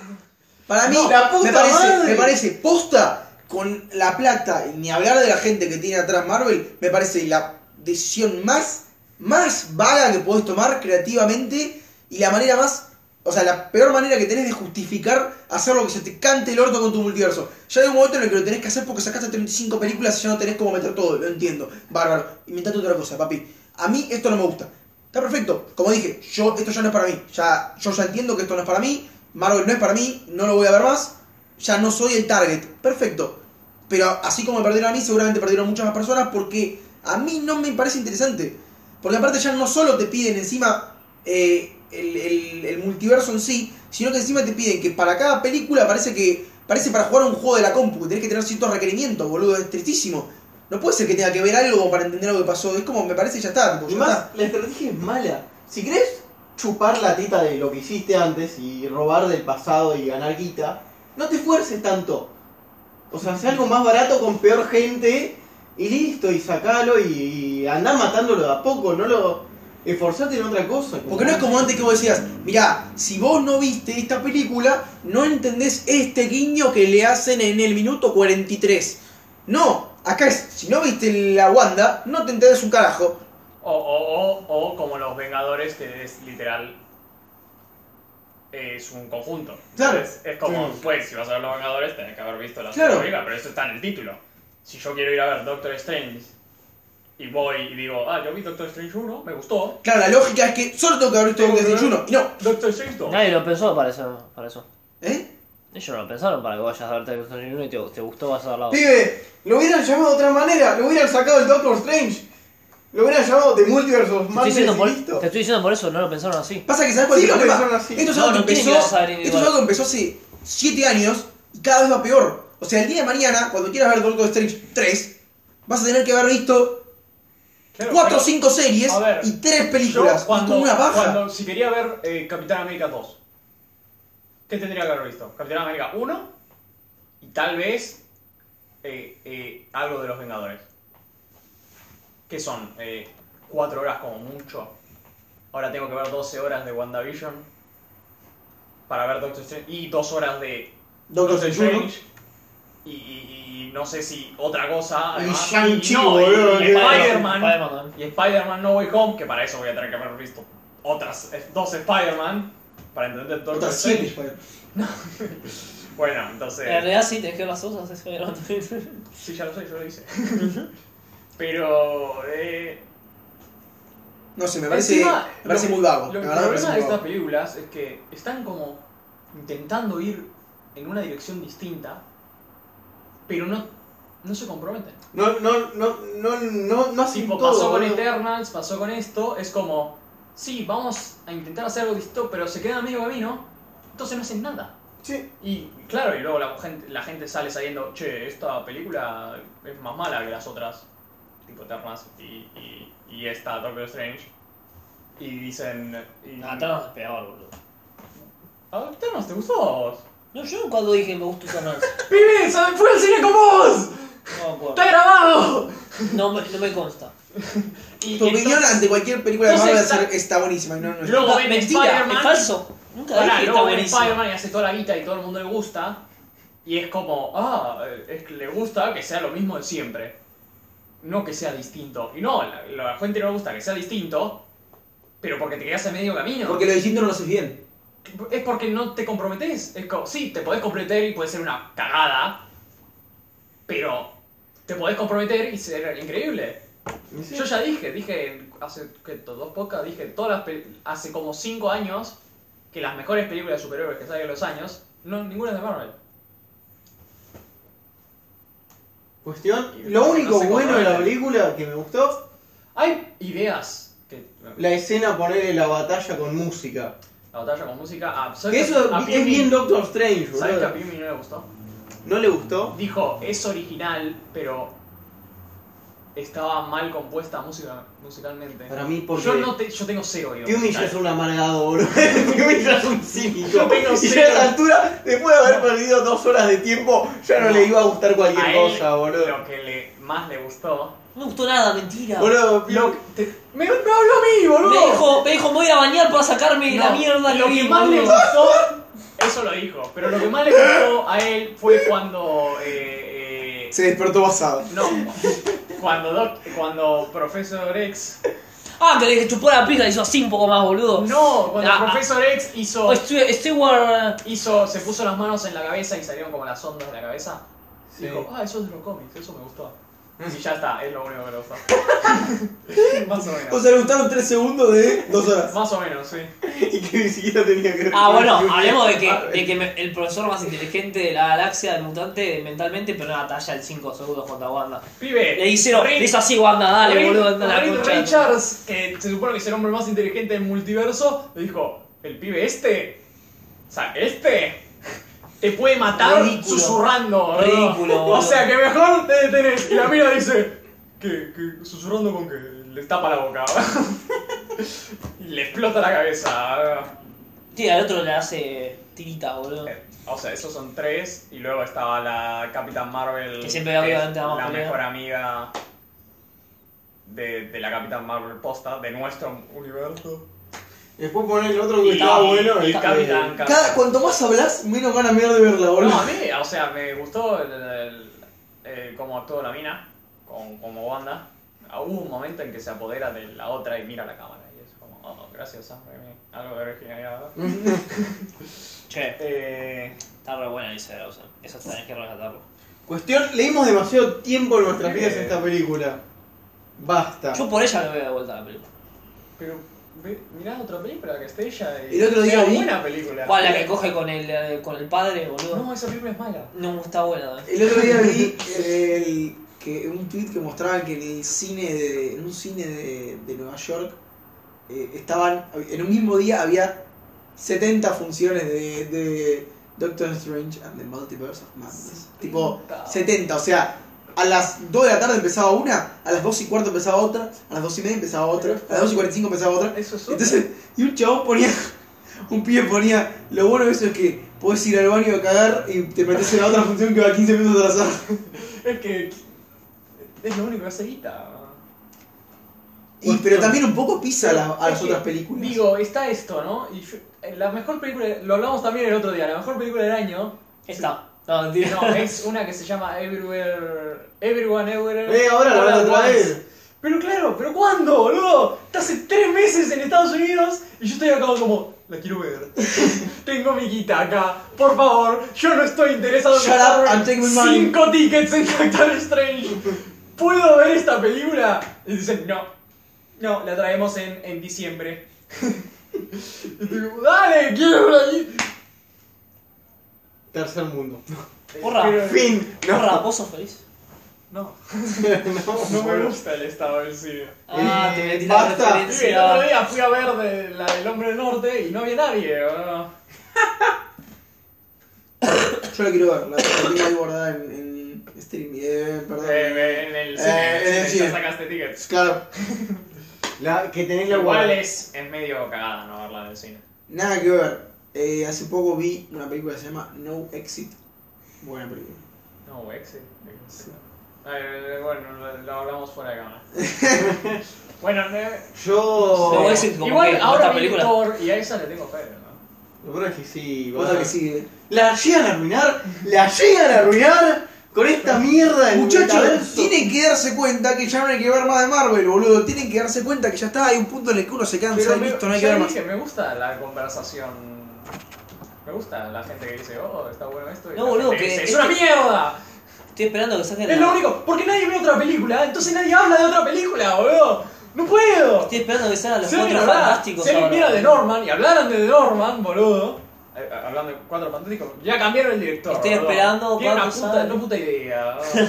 Speaker 4: Para mí,
Speaker 1: No, la puta
Speaker 4: me, parece,
Speaker 1: madre.
Speaker 4: me parece posta con la plata, y ni hablar de la gente que tiene atrás Marvel, me parece la decisión más, más vaga que podés tomar creativamente y la manera más, o sea, la peor manera que tenés de justificar hacer lo que se te cante el orto con tu multiverso. Ya hay un momento en el que lo tenés que hacer porque sacaste 35 películas y ya no tenés cómo meter todo, lo entiendo, bárbaro. Inventate otra cosa, papi. A mí esto no me gusta. Está perfecto. Como dije, yo esto ya no es para mí. Ya, yo ya entiendo que esto no es para mí. Marvel no es para mí. No lo voy a ver más. Ya no soy el target. Perfecto. Pero así como me perdieron a mí, seguramente perdieron muchas más personas porque a mí no me parece interesante. Porque aparte ya no solo te piden encima eh, el, el- el multiverso en sí, sino que encima te piden que para cada película parece que parece para jugar un juego de la compu, que tenés que tener ciertos requerimientos, boludo, es tristísimo. No puede ser que tenga que ver algo para entender lo que pasó, es como me parece ya está, tipo,
Speaker 1: Y
Speaker 4: ya
Speaker 1: más,
Speaker 4: está.
Speaker 1: la estrategia es mala. Si querés chupar la teta de lo que hiciste antes y robar del pasado y ganar guita, no te esfuerces tanto. O sea, haz algo más barato con peor gente y listo, y sacalo y, y andá matándolo de a poco, no lo... Esforzate en otra cosa.
Speaker 4: Porque no es como antes que vos decías, mirá, si vos no viste esta película, no entendés este guiño que le hacen en el minuto 43. No, acá es, si no viste la Wanda, no te entendés un carajo.
Speaker 3: O, o, o, o como los Vengadores, que es literal. Es un conjunto.
Speaker 1: Claro.
Speaker 3: Es, es como,
Speaker 1: Sí.
Speaker 3: pues, si vas a ver los Vengadores, tenés que haber visto la
Speaker 4: Claro.
Speaker 3: película, pero eso está en el título. Si yo quiero ir a ver Doctor Strange y voy y digo, ah, yo vi Doctor Strange 1, me gustó.
Speaker 4: Claro, la lógica es que solo tengo que abrir todo
Speaker 3: Tengo
Speaker 4: el
Speaker 3: que
Speaker 4: Desde
Speaker 3: ver-
Speaker 4: Juno. Y no,
Speaker 3: Doctor Strange 2.
Speaker 2: Nadie lo pensó para eso. Para eso.
Speaker 4: ¿eh?
Speaker 2: Ellos no lo pensaron para que vayas a verte con el uno y te, te gustó, vas a ver la otra.
Speaker 1: Pibe, lo hubieran llamado de otra manera, lo hubieran sacado el Doctor Strange. Lo hubieran llamado de Multiverse of
Speaker 2: Te estoy,
Speaker 1: Madness
Speaker 2: diciendo
Speaker 1: y
Speaker 2: por,
Speaker 1: listo.
Speaker 2: te estoy diciendo por eso, no lo pensaron así.
Speaker 4: Pasa que sabes cuál
Speaker 1: Sí,
Speaker 4: es el
Speaker 1: lo
Speaker 4: problema.
Speaker 1: pensaron así.
Speaker 4: Esto es
Speaker 2: No,
Speaker 4: algo
Speaker 2: no
Speaker 4: que
Speaker 2: tienen que
Speaker 4: empezó.
Speaker 2: saber individual.
Speaker 4: Esto es algo que empezó hace 7 años y cada vez va peor. O sea, el día de mañana, cuando quieras ver Doctor Strange 3, vas a tener que haber visto
Speaker 3: Claro,
Speaker 4: 4 o
Speaker 3: pero
Speaker 4: 5 series
Speaker 3: A ver,
Speaker 4: y 3
Speaker 3: yo
Speaker 4: películas. Es
Speaker 3: cuando,
Speaker 4: como una baja.
Speaker 3: cuando- si quería ver eh, Capitán América 2, ¿qué tendría que haber visto? Capitán América 1 y tal vez eh, eh, algo de los Vengadores. ¿Qué son? Eh, cuatro horas como mucho. Ahora tengo que ver 12 horas de WandaVision para ver Doctor Strange y dos horas de
Speaker 1: Doctor Strange uno.
Speaker 3: Y, y- y no sé si otra cosa.
Speaker 1: Y
Speaker 3: además.
Speaker 1: Shang-Chi,
Speaker 3: no, y-
Speaker 1: boludo,
Speaker 3: y
Speaker 1: que-
Speaker 3: Spider-Man.
Speaker 2: Spider-Man.
Speaker 3: Y Spider-Man No Way Home, que para eso voy a tener que haber visto otras eh, dos Spider-Man para entender todo
Speaker 4: Otras pues.
Speaker 3: Strange.
Speaker 4: 7.
Speaker 3: Bueno, entonces.
Speaker 2: En realidad sí, tenés que ver las cosas, eso era
Speaker 3: (laughs)
Speaker 2: otro.
Speaker 3: Sí, ya lo sé, yo lo hice. (laughs) Pero. Eh,
Speaker 4: No sé, me parece,
Speaker 3: encima,
Speaker 4: me parece
Speaker 3: lo-
Speaker 4: muy vago.
Speaker 3: Lo,
Speaker 4: la
Speaker 3: el
Speaker 4: verdad me parece
Speaker 3: problema de
Speaker 4: muy
Speaker 3: estas
Speaker 4: vago.
Speaker 3: películas es que están como intentando ir en una dirección distinta, pero no, no se comprometen.
Speaker 1: No, no, no, no, no,
Speaker 4: Ah,
Speaker 1: no hacen
Speaker 3: Tipo,
Speaker 1: todo,
Speaker 3: pasó con
Speaker 1: boludo.
Speaker 3: Eternals, pasó con esto, es como, sí, vamos a intentar hacer algo distinto, pero se queda a medio camino, entonces no hacen nada.
Speaker 1: Sí.
Speaker 3: Y claro, y luego la gente, la gente sale saliendo, che, esta película es más mala que las otras, tipo Ternas y, y, y esta Doctor Strange. Y dicen. Y,
Speaker 2: No, Thanos es peor, boludo.
Speaker 3: "Ah, Thanos, ¿te gustó?
Speaker 2: No, yo cuando dije me gusta Thanos.
Speaker 3: ¡Pibe! ¿saben? ¡Fui al cine con vos!
Speaker 2: No me acuerdo.
Speaker 3: ¡Está grabado!
Speaker 2: No me, no me consta.
Speaker 3: Y
Speaker 4: Tu
Speaker 3: entonces-
Speaker 4: opinión ante cualquier película de
Speaker 3: entonces
Speaker 4: Marvel
Speaker 3: está-
Speaker 4: está- está buenísima y no, no es-
Speaker 3: Luego ven
Speaker 2: Mentira,
Speaker 3: Spider-Man.
Speaker 2: es falso. Nunca
Speaker 3: Pará,
Speaker 2: dije que está
Speaker 3: luego viene
Speaker 2: buenísimo.
Speaker 3: Spider-Man y hace toda la guita y todo el mundo le gusta. Y es como, ah, es que le gusta que sea lo mismo de siempre. No que sea distinto. Y no, la, la gente no le gusta que sea distinto, pero porque te quedas en medio camino.
Speaker 5: Porque lo distinto no lo haces bien.
Speaker 3: Es porque no te comprometes. Es como, sí, te podés comprometer y puede ser una cagada, pero te podés comprometer y ser increíble. Yo ya dije, dije hace que dos podcasts, dije todas las pel- hace como 5 años que las mejores películas de superhéroes que salen en los años, no ninguna es de Marvel.
Speaker 1: Cuestión. Lo único
Speaker 3: No sé cómo
Speaker 1: bueno de la
Speaker 3: era.
Speaker 1: película que me gustó,
Speaker 3: Hay ideas que la,
Speaker 1: la escena ponerle la batalla con música.
Speaker 3: batalla con música, ah, ¿sabes
Speaker 1: Que
Speaker 3: que
Speaker 1: eso
Speaker 3: a
Speaker 1: es
Speaker 3: Pimi-
Speaker 1: bien Doctor Strange,
Speaker 3: ¿Sabes que a
Speaker 1: boludo.
Speaker 3: Pimi no le gustó?
Speaker 1: ¿No le gustó?
Speaker 3: Dijo, es original, pero estaba mal compuesta música, musicalmente.
Speaker 1: Para mí, porque.
Speaker 3: Yo no te, yo tengo cero oído
Speaker 1: Piumi ya
Speaker 3: musical.
Speaker 1: es un amargado, (laughs) boludo. Piumi ya es un cínico.
Speaker 3: Yo tengo
Speaker 1: y
Speaker 3: cero.
Speaker 1: ya a esta altura, después de haber perdido dos horas de tiempo, ya no,
Speaker 3: No.
Speaker 1: le iba a gustar cualquier
Speaker 3: A él,
Speaker 1: cosa, boludo.
Speaker 3: Lo que le, más le gustó.
Speaker 2: No me gustó nada, mentira.
Speaker 1: Boludo,
Speaker 3: Lo
Speaker 1: Piumi-
Speaker 3: que te- me, me habló a mí, boludo.
Speaker 2: Me dijo, me dijo, me voy a ir a bañar para sacarme
Speaker 3: No,
Speaker 2: la mierda
Speaker 3: lo que
Speaker 2: vi,
Speaker 3: más le
Speaker 2: boludo".
Speaker 3: gustó, eso lo dijo, pero lo que más le gustó a él fue cuando eh, eh,
Speaker 4: Se despertó basado.
Speaker 3: no, cuando Doc, cuando Profesor X,
Speaker 2: Ah, que le chupó la pija y hizo así un poco más, boludo.
Speaker 3: no, cuando
Speaker 2: Ah, ah.
Speaker 3: Profesor X hizo
Speaker 2: O estoy, estoy guar-
Speaker 3: hizo se puso las manos en la cabeza y salieron como las ondas de la cabeza.
Speaker 1: Sí.
Speaker 3: Dijo, ah, eso es de los cómics, eso me gustó.
Speaker 2: Mm.
Speaker 3: Y ya está, es lo único que le
Speaker 2: (laughs)
Speaker 3: gustó. más o
Speaker 4: O
Speaker 3: menos.
Speaker 4: sea, le gustaron 3 segundos de 2 horas. (laughs)
Speaker 3: Más o menos, sí.
Speaker 1: y que ni siquiera tenía que ver
Speaker 2: Ah,
Speaker 3: (laughs)
Speaker 1: con
Speaker 2: bueno,
Speaker 1: Piumi.
Speaker 2: hablemos de que, de que me- el profesor más inteligente de la galaxia, del mutante, mentalmente, pero nada, talla el 5 segundos contra Wanda.
Speaker 3: Pibe.
Speaker 2: Le hicieron,
Speaker 3: Rick-
Speaker 2: le hizo así Wanda, dale,
Speaker 3: Reed-
Speaker 2: boludo, anda a la
Speaker 3: Reed
Speaker 2: concha. de tu-
Speaker 3: Richards, que se supone que es el hombre más inteligente del multiverso, le dijo, el pibe este, o sea, este, te puede matar
Speaker 2: Ridículo.
Speaker 3: susurrando, boludo".
Speaker 2: Ridículo, boludo.
Speaker 3: O sea, que mejor te detenés. Y la mira dice, que, que susurrando con que le tapa la boca. (laughs) y le explota la cabeza.
Speaker 2: Sí, al otro le hace tirita, boludo.
Speaker 3: O sea, esos son tres. Y luego estaba la Capitán Marvel.
Speaker 2: Que siempre había
Speaker 3: es
Speaker 2: antes, vamos,
Speaker 3: La
Speaker 2: pelea.
Speaker 3: mejor amiga de, de la Capitán Marvel posta, de nuestro universo.
Speaker 1: Después poner el otro que
Speaker 3: Y-
Speaker 1: estaba bueno.
Speaker 3: y
Speaker 1: el
Speaker 3: Capitán Carter.
Speaker 4: Cada, cuanto más hablas, menos van a mirar de verla,
Speaker 3: No, a
Speaker 4: boludo.
Speaker 3: mí, o sea, me gustó el, el- el- cómo actuó la mina, con, como banda. Hubo un momento en que se apodera de la otra y mira la cámara. Y es como, oh, gracias, Sam Raimi. Algo de originalidad.
Speaker 4: Mm.
Speaker 2: Che,
Speaker 3: Eh,
Speaker 2: está re buena Lisa de Dawson. Eso tenés que rescatarlo.
Speaker 1: eh, Cuestión, leímos demasiado tiempo en nuestras
Speaker 3: Sí.
Speaker 1: vidas esta película.
Speaker 3: Ah.
Speaker 1: Basta.
Speaker 2: Yo por ella le voy a dar vuelta a la película.
Speaker 3: pero ve- mirá otra película que esté ella. y-
Speaker 4: El otro día
Speaker 3: Era
Speaker 4: vi-
Speaker 3: buena película.
Speaker 2: ¿Cuál? La que coge con el, eh, con el padre, boludo.
Speaker 3: No, esa película es mala.
Speaker 2: No, está buena. eh.
Speaker 4: (laughs) El otro día vi el, que, un tweet que mostraba que en, el cine de, en un cine de, de Nueva York eh, estaban. En un mismo día había 70 funciones de, de Doctor Strange and the Multiverse of Madness. Tipo, 70, o sea, a las 2 de la tarde empezaba una, a las 2 y cuarto empezaba otra, a las 2 y media empezaba otra, a las 2 y 45 empezaba otra.
Speaker 3: Eso es
Speaker 4: Entonces, y un chabón ponía, un pibe ponía, lo bueno de eso es que podés ir al baño a cagar y te metes en la otra función que va 15 minutos atrasada.
Speaker 3: Es que es lo único que hace guita.
Speaker 4: Y, pero también un poco pisa a, la- a las otras películas.
Speaker 3: Digo, está esto, ¿no? Y yo- eh, la mejor película, lo hablamos también el otro día, la mejor película del año
Speaker 2: Está. No, mentira. (laughs)
Speaker 3: no, es una que se llama Everywhere, Everyone Everywhere.
Speaker 1: Eh, ahora la
Speaker 3: All
Speaker 1: van a
Speaker 3: at Once.
Speaker 1: traer.
Speaker 3: Pero claro, pero ¿cuándo, boludo? Está hace tres meses en Estados Unidos y yo estoy acá como, la quiero ver. (laughs) Tengo mi guita acá, por favor, yo no estoy interesado en
Speaker 4: Shut up
Speaker 3: gastar
Speaker 4: and take my money.
Speaker 3: cinco tickets en Doctor Strange. ¿Puedo ver esta película? Y dicen, no, no, la traemos en, en diciembre. (laughs) y digo, dale, quiero ver ahí.
Speaker 1: Tercer mundo.
Speaker 2: Porra.
Speaker 3: Pero-
Speaker 1: Fin.
Speaker 2: Porra, ¿vos sos feliz?
Speaker 3: No,
Speaker 1: no,
Speaker 3: no me gusta el estado del cine.
Speaker 2: Ah,
Speaker 1: Eh,
Speaker 2: te metí la
Speaker 1: basta.
Speaker 3: Sí, el otro
Speaker 2: referencia.
Speaker 3: día fui a ver de- la del Hombre del Norte y no había nadie. ¿o no?
Speaker 4: Yo la quiero ver, la, la tengo ahí guardada en, en stream. Eh, perdón.
Speaker 3: Eh, en el
Speaker 4: Eh,
Speaker 3: cine,
Speaker 4: en el
Speaker 3: ya
Speaker 4: cine.
Speaker 3: sacaste tickets.
Speaker 4: Claro,
Speaker 1: La, que tenés la
Speaker 3: Igual
Speaker 1: guarda.
Speaker 3: es, es medio cagada no verla en el cine.
Speaker 4: nada que ver. Eh, hace poco vi una película que se llama No Exit. Buena película.
Speaker 3: No, exit. A ver, eh, bueno, lo, lo hablamos fuera de cámara. bueno, eh,
Speaker 1: Yo.
Speaker 2: No, ese- Como que,
Speaker 3: igual
Speaker 2: como
Speaker 3: ahora
Speaker 2: esta
Speaker 3: vi
Speaker 2: película.
Speaker 3: Thor y a esa le tengo fe, ¿no?
Speaker 1: Lo peor es que sí,
Speaker 4: Otra
Speaker 1: va.
Speaker 4: que sigue.
Speaker 1: La llegan a arruinar, la llegan a arruinar con esta mierda del
Speaker 4: Muchachos,
Speaker 1: metaverso.
Speaker 4: tienen que darse cuenta que ya no hay que ver más de Marvel, boludo. Tienen que darse cuenta que ya está, hay un punto en el que uno se cansa
Speaker 3: Pero
Speaker 4: y
Speaker 3: me,
Speaker 4: listo, no hay que
Speaker 3: ya
Speaker 4: ver más.
Speaker 3: dije, me gusta la conversación. Me gusta la gente que dice, oh, está bueno esto. y
Speaker 2: No,
Speaker 3: la
Speaker 2: boludo,
Speaker 3: gente
Speaker 2: que
Speaker 3: dice, ¡Es
Speaker 2: es
Speaker 3: una
Speaker 2: que-
Speaker 3: mierda!
Speaker 2: Estoy esperando que saquen
Speaker 3: Es
Speaker 2: la-
Speaker 3: lo único, porque nadie ve otra película, entonces nadie habla de otra película, boludo. ¡No puedo!
Speaker 2: Estoy esperando que salgan los
Speaker 3: Si alguien
Speaker 2: cuatro
Speaker 3: hablara-
Speaker 2: fantásticos.
Speaker 3: Si alguien
Speaker 2: ahora.
Speaker 3: viera de Norman y hablaran de The Norman, boludo. Eh, Hablando de cuatro fantásticos, ya cambiaron el director.
Speaker 2: Estoy
Speaker 3: boludo.
Speaker 2: esperando
Speaker 3: Tiene una
Speaker 2: cuando
Speaker 3: puta,
Speaker 2: salga.
Speaker 3: no
Speaker 2: (laughs)
Speaker 3: puta idea. boludo.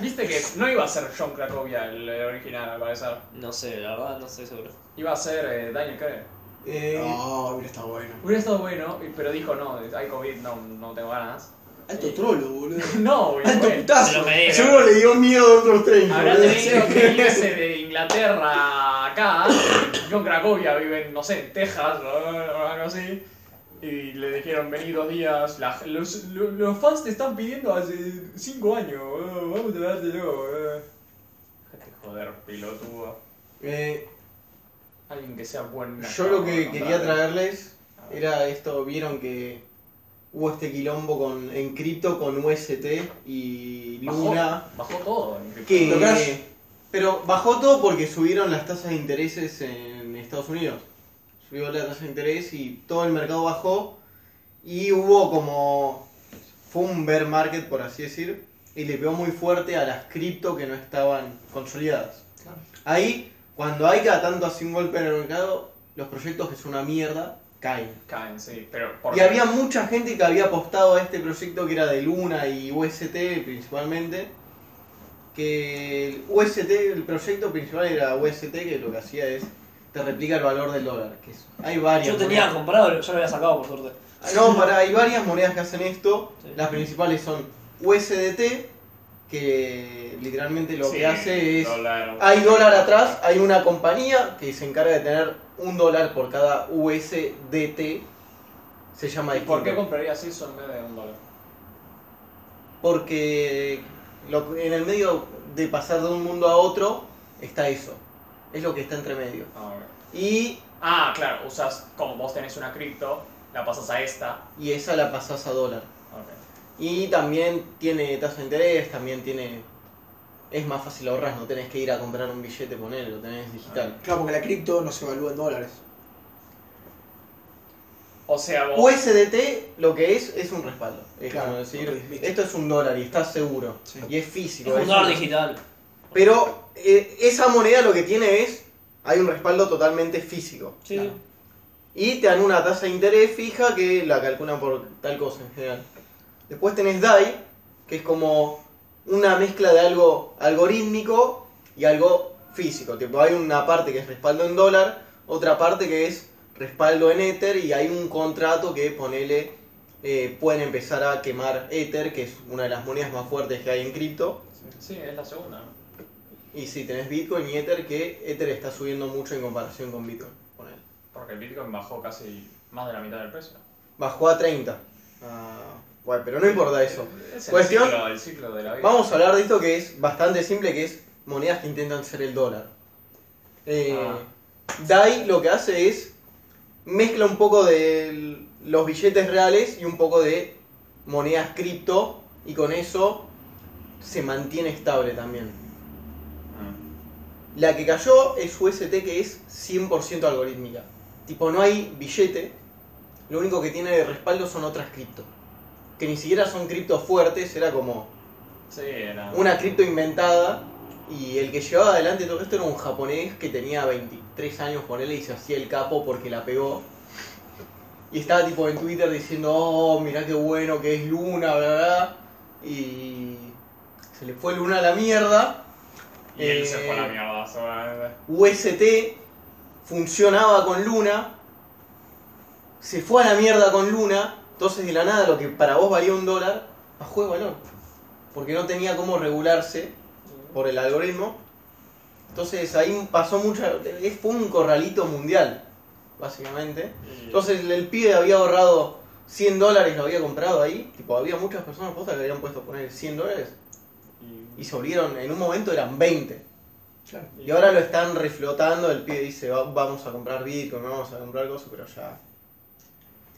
Speaker 3: Viste que no iba a ser John Cracovia el eh, original, al parecer.
Speaker 2: No sé, la verdad, no estoy seguro.
Speaker 3: Iba a ser eh, Daniel Craig.
Speaker 1: Eh,
Speaker 4: No, mira, está bueno.
Speaker 3: Hubiera estado bueno, pero dijo no, hay COVID, no, no tengo ganas. (laughs)
Speaker 4: Alto trolo, boludo.
Speaker 2: (laughs)
Speaker 3: No, güey,
Speaker 4: Alto
Speaker 3: güey.
Speaker 2: Se
Speaker 4: putazo.
Speaker 2: lo pedí,
Speaker 1: Ah, Seguro le dio miedo a otros trenes.
Speaker 3: Habrá
Speaker 1: boludo.
Speaker 3: tenido que irse de Inglaterra acá. John Cracovia vive en, no sé, en Texas o algo así. Y le dijeron venir dos días. La- los, lo- los fans te están pidiendo hace cinco años. boludo, Vamos a dártelo. boludo. Dejate Joder, pilotudo.
Speaker 1: Eh,
Speaker 3: Alguien que sea buen.
Speaker 1: yo lo que
Speaker 3: actor,
Speaker 1: quería
Speaker 3: contrate.
Speaker 1: traerles era esto, vieron que hubo este quilombo con en cripto con UST y
Speaker 3: Bajó-
Speaker 1: Luna.
Speaker 3: Bajó, todo. en
Speaker 1: Que,
Speaker 4: Lo crash.
Speaker 1: pero bajó todo porque subieron las tasas de intereses en Estados Unidos. Subió la tasa de interés y todo el mercado bajó. Y hubo como. Fue un bear market, por así decir. Y le pegó muy fuerte a las cripto que no estaban consolidadas.
Speaker 3: Claro.
Speaker 1: Ahí, cuando hay cada tanto así un golpe en el mercado, los proyectos que son una mierda caen.
Speaker 3: Caen, sí, pero por
Speaker 1: Y había mucha gente que había apostado a este proyecto que era de Luna y UST principalmente. Que el UST, el proyecto principal era UST, que lo que hacía es te replica el valor del dólar. Que es- hay varias.
Speaker 2: Yo tenía
Speaker 1: monedas.
Speaker 2: comprado, yo lo había sacado por suerte.
Speaker 1: No, pará, hay varias monedas que hacen esto.
Speaker 2: Sí.
Speaker 1: Las principales son USDT, que literalmente lo que hace es.
Speaker 3: dólar.
Speaker 1: Hay dólar atrás, hay una compañía que se encarga de tener un dólar por cada USDT. Se llama
Speaker 3: ¿Y ¿Por qué
Speaker 1: distinto.
Speaker 3: comprarías eso en vez de un dólar?
Speaker 1: Porque lo- en el medio de pasar de un mundo a otro está eso. Es lo que está entre medio.
Speaker 3: A ver.
Speaker 1: Y,
Speaker 3: Ah, claro, usas, como vos tenés una cripto, la pasas a esta.
Speaker 1: y esa la pasás a dólar.
Speaker 3: Ok.
Speaker 1: Y también tiene tasa de interés, también tiene... Es más fácil ahorrar, no tenés que ir a comprar un billete, poner, lo tenés digital.
Speaker 4: Claro, porque la cripto no se evalúa en dólares.
Speaker 3: O sea, vos.
Speaker 1: Pues- USDT lo que es es un respaldo. Es
Speaker 4: Claro,
Speaker 1: como decir,
Speaker 4: ok, listo.
Speaker 1: esto es un dólar y está seguro.
Speaker 4: Sí.
Speaker 1: Y es
Speaker 2: Es
Speaker 1: físico.
Speaker 2: un
Speaker 1: es
Speaker 2: dólar
Speaker 1: un-
Speaker 2: digital.
Speaker 1: Pero eh, esa moneda lo que tiene es, hay un respaldo totalmente físico.
Speaker 2: Sí.
Speaker 4: Claro.
Speaker 1: Y te dan una tasa de interés fija que la calculan por tal cosa en general. Después tenés DAI, que es como una mezcla de algo algorítmico y algo físico. Tipo, hay una parte que es respaldo en dólar, otra parte que es respaldo en Ether y hay un contrato que ponele, eh, pueden empezar a quemar Ether, que es una de las monedas más fuertes que hay en cripto.
Speaker 3: Sí, es la segunda. ¿no?
Speaker 1: Y si tenés Bitcoin y Ether, que Ether está subiendo mucho en comparación con Bitcoin. ponele.
Speaker 3: Porque el Bitcoin bajó casi más de la mitad del precio.
Speaker 1: Bajó a 30. Ah, bueno, pero no importa eso.
Speaker 3: Es el
Speaker 1: Cuestión.
Speaker 3: ciclo, el ciclo de la vida.
Speaker 1: Vamos a hablar de esto que es bastante simple, que es monedas que intentan ser el dólar. Eh,
Speaker 3: Ah.
Speaker 1: DAI lo que hace es mezcla un poco de l- los billetes reales y un poco de monedas cripto y con eso se mantiene estable también.
Speaker 3: Mm.
Speaker 1: La que cayó es UST que es 100% algorítmica. Tipo, no hay billete. Lo único que tiene de respaldo son otras cripto. Que ni siquiera son cripto fuertes, era como
Speaker 3: Sí, era.
Speaker 1: una cripto inventada. Y el que llevaba adelante todo esto era un japonés que tenía 23 años con él y se hacía el capo porque la pegó. Y estaba tipo en Twitter diciendo, oh, mirá qué bueno que es Luna, bla, bla, bla". Y se le fue Luna a la mierda.
Speaker 3: Y él se fue a la
Speaker 1: eh,
Speaker 3: mierda, seguramente.
Speaker 1: UST funcionaba con Luna, se fue a la mierda con Luna Entonces, de la nada, lo que para vos valía un dólar, bajó de valor. Porque no tenía cómo regularse por el algoritmo. Entonces, ahí pasó mucha. es- Fue un corralito mundial, básicamente. Entonces, el- el pibe había ahorrado 100 dólares, lo había comprado ahí. Tipo, había muchas personas posta que habían puesto a poner 100 dólares. Y se volvieron, en un momento eran 20.
Speaker 4: Claro.
Speaker 1: Y ahora lo están reflotando, el pibe dice, "Va- vamos a comprar Bitcoin, vamos a comprar cosas, pero ya...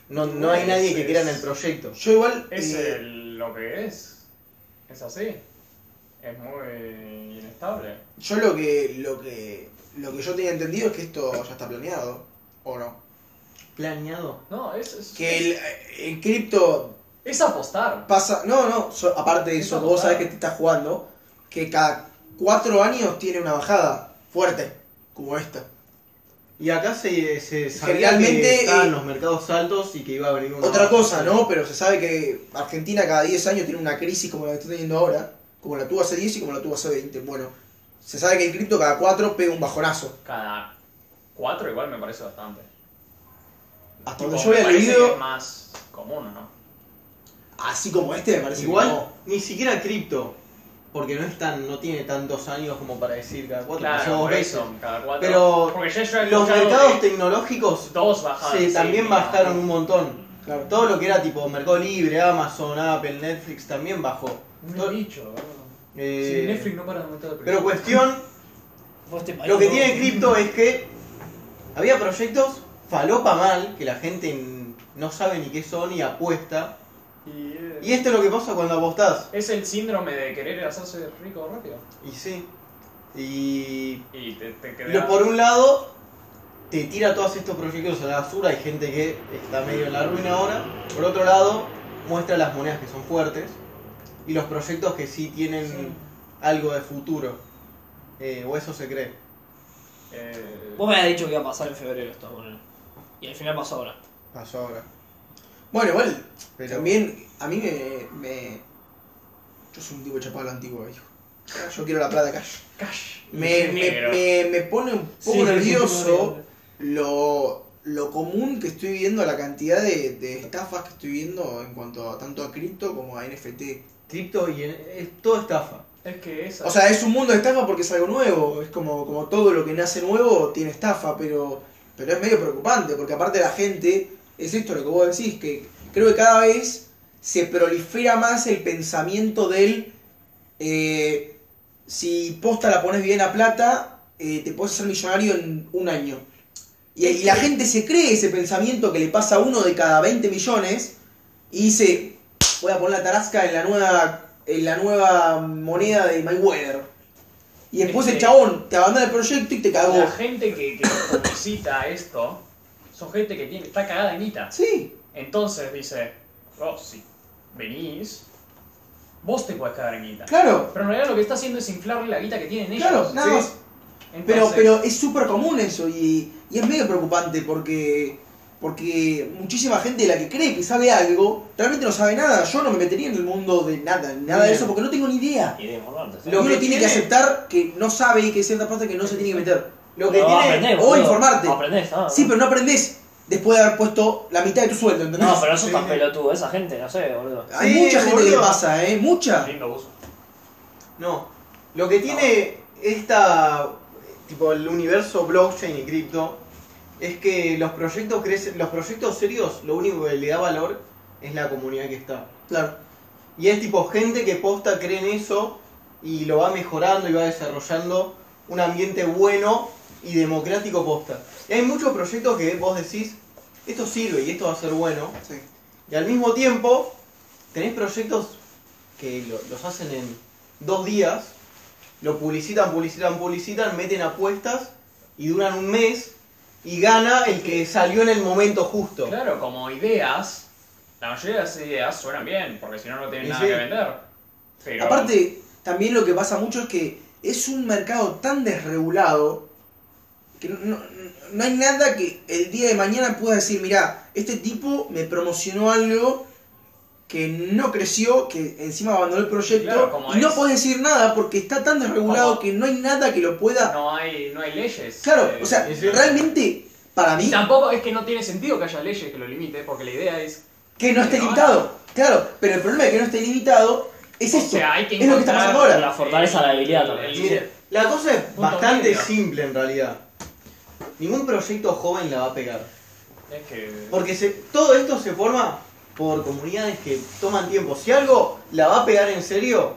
Speaker 1: No, no hay nadie que
Speaker 3: Ese
Speaker 1: quiera en
Speaker 3: es-
Speaker 1: el proyecto.
Speaker 4: Yo igual.
Speaker 3: Es
Speaker 4: eh,
Speaker 3: el- lo que es. Es así. Es muy inestable.
Speaker 4: Yo lo que, lo que. Lo que yo tenía entendido es que esto ya está planeado. ¿O no?
Speaker 1: Planeado.
Speaker 3: No, es, es,
Speaker 4: Que el, el cripto
Speaker 3: es apostar.
Speaker 4: pasa. No, no. so- aparte de eso,
Speaker 3: Eso,
Speaker 4: vos sabés
Speaker 3: claro.
Speaker 4: que te estás jugando. Que cada cuatro años tiene una bajada fuerte. Como esta.
Speaker 1: Y acá se, se sabía
Speaker 4: Generalmente,
Speaker 1: que estaban
Speaker 4: eh,
Speaker 1: los mercados altos y que iba a venir una...
Speaker 4: Otra cosa, ¿no? Pero se sabe que Argentina cada 10 años tiene una crisis como la que está teniendo ahora. Como la tuvo hace 10 y como la tuvo hace 20. Bueno, se sabe que el cripto cada 4 pega un bajonazo.
Speaker 3: Cada cuatro igual me parece bastante.
Speaker 4: Hasta
Speaker 3: Tipo,
Speaker 4: donde yo
Speaker 3: me
Speaker 4: había
Speaker 3: parece que
Speaker 4: leído,
Speaker 3: es más común, ¿no?
Speaker 4: así como este, me parece que
Speaker 1: Igual,
Speaker 4: no.
Speaker 1: ni siquiera cripto. Porque no es tan, no tiene tantos años como para decir cada cuatro, pasó
Speaker 3: Claro,
Speaker 1: dos
Speaker 3: por
Speaker 1: veces.
Speaker 3: eso, cada cuatro.
Speaker 1: Pero
Speaker 3: Porque ya yo he
Speaker 1: Los
Speaker 3: escuchado
Speaker 1: mercados
Speaker 3: que
Speaker 1: tecnológicos
Speaker 3: dos bajaron.
Speaker 1: se,
Speaker 3: sí,
Speaker 1: también
Speaker 3: sí,
Speaker 1: bajaron
Speaker 3: no.
Speaker 1: un montón.
Speaker 4: Claro.
Speaker 1: Todo lo que era tipo Mercado Libre, Amazon, Apple, Netflix también bajó.
Speaker 3: No
Speaker 1: Todo-
Speaker 3: he dicho. ¿no?
Speaker 1: eh,
Speaker 3: Sí, Netflix no para de aumentar el precio.
Speaker 1: pero cuestión,
Speaker 2: Vos te
Speaker 1: lo que
Speaker 2: parís,
Speaker 1: tiene
Speaker 2: este ¿no?
Speaker 1: cripto es que había proyectos falopa mal, que la gente n- no sabe ni qué son y apuesta.
Speaker 3: Y, eh,
Speaker 1: Y esto es lo que pasa cuando apostás.
Speaker 3: Es el síndrome de querer hacerse rico rápido.
Speaker 1: Y sí. Y
Speaker 3: Y te, te
Speaker 1: Pero
Speaker 3: quedas-
Speaker 1: por un lado, te tira todos estos proyectos a la basura, hay gente que está medio en la ruina ahora. Por otro lado, muestra las monedas que son fuertes y los proyectos que sí tienen algo de futuro. Eh, o eso se cree.
Speaker 3: Eh,
Speaker 2: Vos me habías dicho que iba a pasar en febrero esto, bueno. Y al final pasó ahora.
Speaker 1: Pasó ahora.
Speaker 4: Bueno, igual,
Speaker 1: Pero
Speaker 4: también a mí me, me- Yo soy un tipo chapado a la antigua, viejo. Yo quiero la plata cash.
Speaker 3: Cash.
Speaker 4: Me, me,
Speaker 3: Negro.
Speaker 4: me, me pone un poco
Speaker 2: Sí,
Speaker 4: nervioso lo, lo común que estoy viendo, la cantidad de, de estafas que estoy viendo en cuanto a tanto a cripto como a NFT.
Speaker 1: cripto y en- es todo estafa.
Speaker 3: Es que esa.
Speaker 4: O sea, es un mundo de estafa porque es algo nuevo. Es como, como todo lo que nace nuevo tiene estafa, pero, pero es medio preocupante porque aparte la gente, es esto lo que vos decís, que creo que cada vez se prolifera más el pensamiento del eh, si posta la pones bien a plata, eh, te puedes hacer millonario en un año. Y, y la gente se cree ese pensamiento que le pasa a uno de cada 20 millones y dice, voy a poner la tarasca en la nueva, en la nueva moneda de Mayweather. Y después el
Speaker 3: Este-
Speaker 4: chabón te abandona el proyecto y te cagó.
Speaker 3: La gente que, que publicita esto son gente que tiene, está cagada de guita.
Speaker 4: Sí,
Speaker 3: Entonces dice, oh, si venís, vos te puedes cagar en guita.
Speaker 4: claro,
Speaker 3: Pero en realidad lo que está haciendo es inflarle la guita que tienen ellos.
Speaker 4: claro, nada
Speaker 1: sí.
Speaker 4: más. Pero, pero es súper común eso y, y es medio preocupante porque, porque muchísima gente de la que cree que sabe algo realmente no sabe nada. Yo no me metería en el mundo de nada, ni nada de
Speaker 1: Bien.
Speaker 4: eso porque no tengo ni idea.
Speaker 2: Y de morrón,
Speaker 1: Lo
Speaker 4: Uno
Speaker 1: que
Speaker 4: tiene, que
Speaker 1: tiene-
Speaker 4: aceptar que no sabe y que hay ciertas partes que no se tiene que meter.
Speaker 1: Lo que tiene.
Speaker 4: o informarte.
Speaker 2: Aprendés, ¿no?
Speaker 4: Sí, pero no aprendés después de haber puesto la mitad de tu sueldo, ¿entendés?
Speaker 2: No, pero eso
Speaker 1: Sí.
Speaker 2: está pelotudo, esa gente, no sé, boludo.
Speaker 4: Hay
Speaker 1: Sí,
Speaker 4: mucha gente que le
Speaker 1: boludo.
Speaker 4: pasa, ¿eh? Mucha.
Speaker 3: Lindo uso.
Speaker 1: No. Lo que tiene esta. Tipo, el universo blockchain y cripto. Es que los proyectos crecen. Los proyectos serios, lo único que le da valor es la comunidad que está.
Speaker 4: Claro.
Speaker 1: Y es tipo gente que posta cree en eso y lo va mejorando y va desarrollando un ambiente bueno y democrático posta. Y hay muchos proyectos que vos decís, esto sirve y esto va a ser bueno.
Speaker 4: Sí.
Speaker 1: Y al mismo tiempo, tenés proyectos que lo- los hacen en dos días, lo publicitan, publicitan, publicitan, meten apuestas y duran un mes y gana el que salió en el momento justo.
Speaker 3: Claro, como ideas, la mayoría de las ideas suenan bien, porque si no, no tienen
Speaker 1: Y
Speaker 3: nada
Speaker 1: sí.
Speaker 3: que vender. Pero,
Speaker 4: Aparte, también lo que pasa mucho es que es un mercado tan desregulado que no, no- no hay nada que el día de mañana pueda decir, mirá, este tipo me promocionó algo que no creció, que encima abandonó el proyecto,
Speaker 3: Claro, como
Speaker 4: y no
Speaker 3: es.
Speaker 4: puede decir nada porque está tan desregulado
Speaker 3: Como-
Speaker 4: que no hay nada que lo pueda...
Speaker 3: no hay, no hay leyes.
Speaker 4: Claro,
Speaker 3: eh,
Speaker 4: o sea,
Speaker 1: es cierto.
Speaker 4: realmente, para mí,
Speaker 3: Y tampoco es que no tiene sentido que haya leyes que lo limite, porque la idea es
Speaker 4: que no esté
Speaker 3: Pero
Speaker 4: limitado. Claro, pero el problema de que no esté limitado es
Speaker 3: O
Speaker 4: esto.
Speaker 3: sea, hay que
Speaker 4: es lo que está
Speaker 3: encontrar
Speaker 4: pasando ahora.
Speaker 2: La fortaleza de la habilidad también.
Speaker 3: el-
Speaker 1: Mire, la cosa es
Speaker 3: Punto
Speaker 1: bastante
Speaker 3: medio.
Speaker 1: simple en realidad. Ningún proyecto joven la va a pegar.
Speaker 3: Es que.
Speaker 1: Porque se- todo esto se forma por comunidades que toman tiempo. Si algo la va a pegar en serio,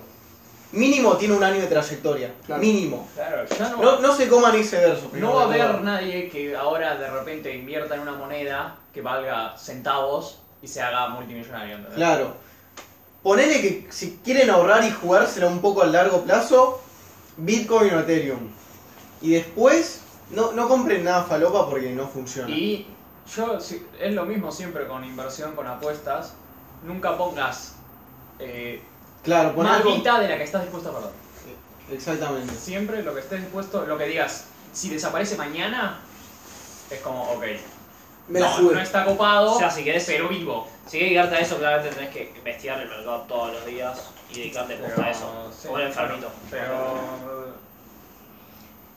Speaker 1: mínimo tiene un año de trayectoria.
Speaker 4: Claro.
Speaker 1: Mínimo.
Speaker 3: Claro, ya no.
Speaker 1: No, no se coman ese verso.
Speaker 3: No va
Speaker 1: primero
Speaker 3: a
Speaker 1: de
Speaker 3: haber
Speaker 1: todo.
Speaker 3: nadie que ahora de repente invierta en una moneda que valga centavos y se haga multimillonario. ¿entendés?
Speaker 1: Claro. Ponele que si quieren ahorrar y jugársela un poco a largo plazo, Bitcoin o Ethereum. Y después, no, no compren nada falopa porque no funciona.
Speaker 3: Y yo, si- es lo mismo siempre con inversión, con apuestas. Nunca pongas eh,
Speaker 1: Claro, pon
Speaker 3: más
Speaker 1: algo.
Speaker 3: guita de la que estás dispuesto a perder.
Speaker 1: Exactamente.
Speaker 3: Siempre lo que estés dispuesto, lo que digas, si desaparece mañana, es como, ok.
Speaker 4: Me
Speaker 3: no,
Speaker 4: la jugué.
Speaker 3: no está copado,
Speaker 2: O sea, si querés-
Speaker 3: pero vivo.
Speaker 2: Si quieres dedicarte a eso, claramente tenés que investigar el mercado todos los días y dedicarte posta a eso.
Speaker 3: sí,
Speaker 2: Como un enfermito.
Speaker 3: Pero.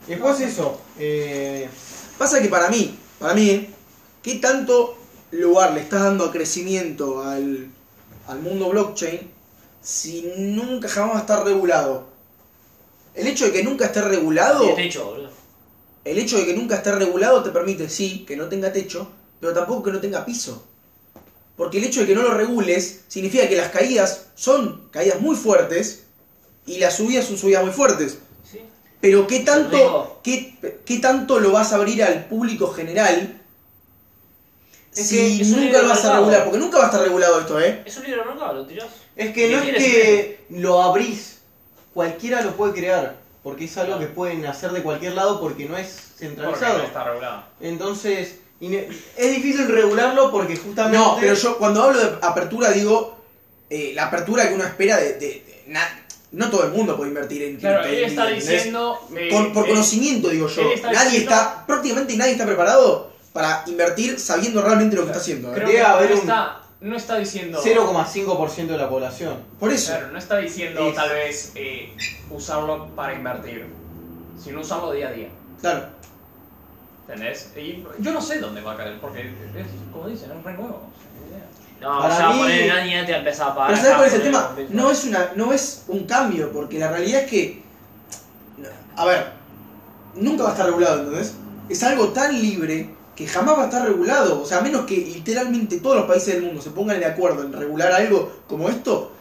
Speaker 1: Y después eso. eh,
Speaker 4: Pasa que para mí, para mí, ¿eh? ¿qué tanto lugar le estás dando a crecimiento al, al mundo blockchain si nunca jamás va a estar regulado? El hecho de que nunca esté regulado,
Speaker 2: Tiene techo, boludo.
Speaker 4: el hecho de que nunca esté regulado te permite, sí, que no tenga techo, pero tampoco que no tenga piso. Porque el hecho de que no lo regules significa que las caídas son caídas muy fuertes y las subidas son subidas muy fuertes.
Speaker 2: Sí.
Speaker 4: Pero qué
Speaker 2: Rodrigo.
Speaker 4: tanto, qué, qué tanto lo vas a abrir al público general
Speaker 2: Es
Speaker 4: si
Speaker 2: que es un
Speaker 4: nunca
Speaker 2: libre
Speaker 4: lo vas a
Speaker 2: mercado.
Speaker 4: regular, porque nunca va a estar regulado esto, ¿eh?
Speaker 2: Es un libro de mercado, lo tirás.
Speaker 1: Es que
Speaker 2: ¿Qué
Speaker 1: no es
Speaker 2: quieres
Speaker 1: que lo abrís, cualquiera lo puede crear, porque es algo que pueden hacer de cualquier lado porque no es
Speaker 3: Porque no
Speaker 1: centralizado.
Speaker 3: está regulado.
Speaker 1: Entonces, ine- es difícil regularlo porque justamente...
Speaker 4: No, pero yo cuando hablo de apertura digo eh, la apertura que uno espera de... de- de na- no todo el mundo puede invertir en
Speaker 3: Claro,
Speaker 4: cripto,
Speaker 3: él está
Speaker 4: ¿entendés?
Speaker 3: diciendo. eh,
Speaker 4: Con- por
Speaker 3: eh,
Speaker 4: conocimiento, digo yo.
Speaker 3: él está
Speaker 4: nadie
Speaker 3: diciendo-
Speaker 4: está, prácticamente nadie está preparado para invertir sabiendo realmente lo que está haciendo. ¿eh?
Speaker 3: Creo
Speaker 1: Debe
Speaker 3: que
Speaker 1: haber
Speaker 3: no,
Speaker 1: un-
Speaker 3: está, no está diciendo.
Speaker 1: 0,5% de la población.
Speaker 4: Por eso.
Speaker 3: Claro, no está diciendo
Speaker 1: Es-
Speaker 3: tal vez eh, usarlo para invertir, sino usarlo día a día.
Speaker 4: Claro.
Speaker 3: ¿Entendés? Y yo no sé dónde va a caer, porque es como dicen, es re nuevo. o sea, ni idea.
Speaker 2: No,
Speaker 1: Para
Speaker 2: ya
Speaker 1: mí-
Speaker 2: poner el año te empezás a pagar.
Speaker 4: Pero ¿sabes cuál es el
Speaker 2: Poner
Speaker 4: tema?
Speaker 2: un Bitcoin.
Speaker 4: No es, una, no es un cambio, porque la realidad es que. A ver, nunca va a estar regulado, ¿entendés? Es algo tan libre que jamás va a estar regulado. O sea, a menos que literalmente todos los países del mundo se pongan de acuerdo en regular algo como esto,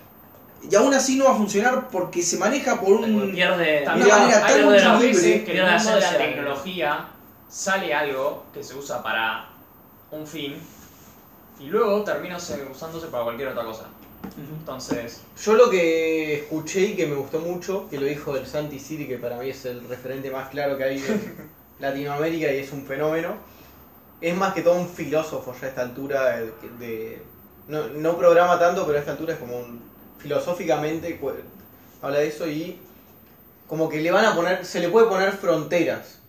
Speaker 4: y aún así no va a funcionar porque se maneja por un.
Speaker 2: Pierde.
Speaker 3: También
Speaker 4: Mirá,
Speaker 3: hay
Speaker 4: manera tan
Speaker 3: muchas
Speaker 4: mucho
Speaker 3: veces
Speaker 4: libre. ¿eh?
Speaker 3: que en
Speaker 2: ¿eh? Mira
Speaker 3: el
Speaker 2: la
Speaker 3: mundo de la
Speaker 2: esencia de-
Speaker 3: tecnología sale algo que se usa para un fin y luego termina se- usándose para cualquier otra cosa. Entonces,
Speaker 1: Yo lo que escuché y que me gustó mucho, que lo dijo el Santi City, que para mí es el referente más claro que hay en Latinoamérica y es un fenómeno, es más que todo un filósofo ya a esta altura de... de- no, no programa tanto, pero a esta altura es como un... filosóficamente cu- habla de eso y como que le van a poner, se le puede poner fronteras,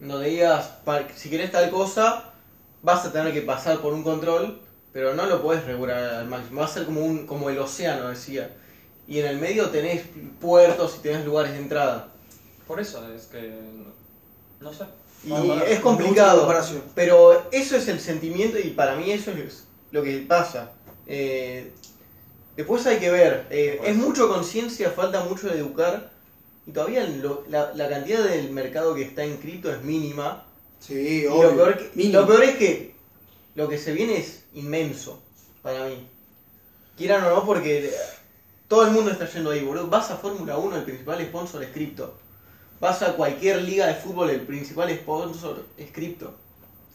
Speaker 1: donde digas, pa- si querés tal cosa, vas a tener que pasar por un control, pero no lo puedes regular al máximo. Va a ser como un como el océano, decía. Y en el medio tenés puertos y tenés lugares de entrada.
Speaker 3: por eso es que. no- No sé.
Speaker 1: Y
Speaker 4: Vamos a ver,
Speaker 1: es
Speaker 4: me gusta la
Speaker 1: complicado.
Speaker 4: comparación.
Speaker 1: Pero eso es el sentimiento y para mí eso es lo que pasa. Eh, después hay que ver. eh,
Speaker 3: Por
Speaker 1: es
Speaker 3: eso.
Speaker 1: mucho conciencia, falta mucho de educar. Y todavía lo- la, la cantidad del mercado que está en cripto es mínima.
Speaker 4: Sí,
Speaker 1: Y
Speaker 4: obvio.
Speaker 1: lo, peor que-
Speaker 4: Mínimo.
Speaker 1: lo peor es que lo que se viene es inmenso para mí. Quieran o no, porque eh, todo el mundo está yendo ahí, boludo. Vas a Fórmula 1, el principal sponsor es cripto. Vas a cualquier liga de fútbol, el principal sponsor es cripto.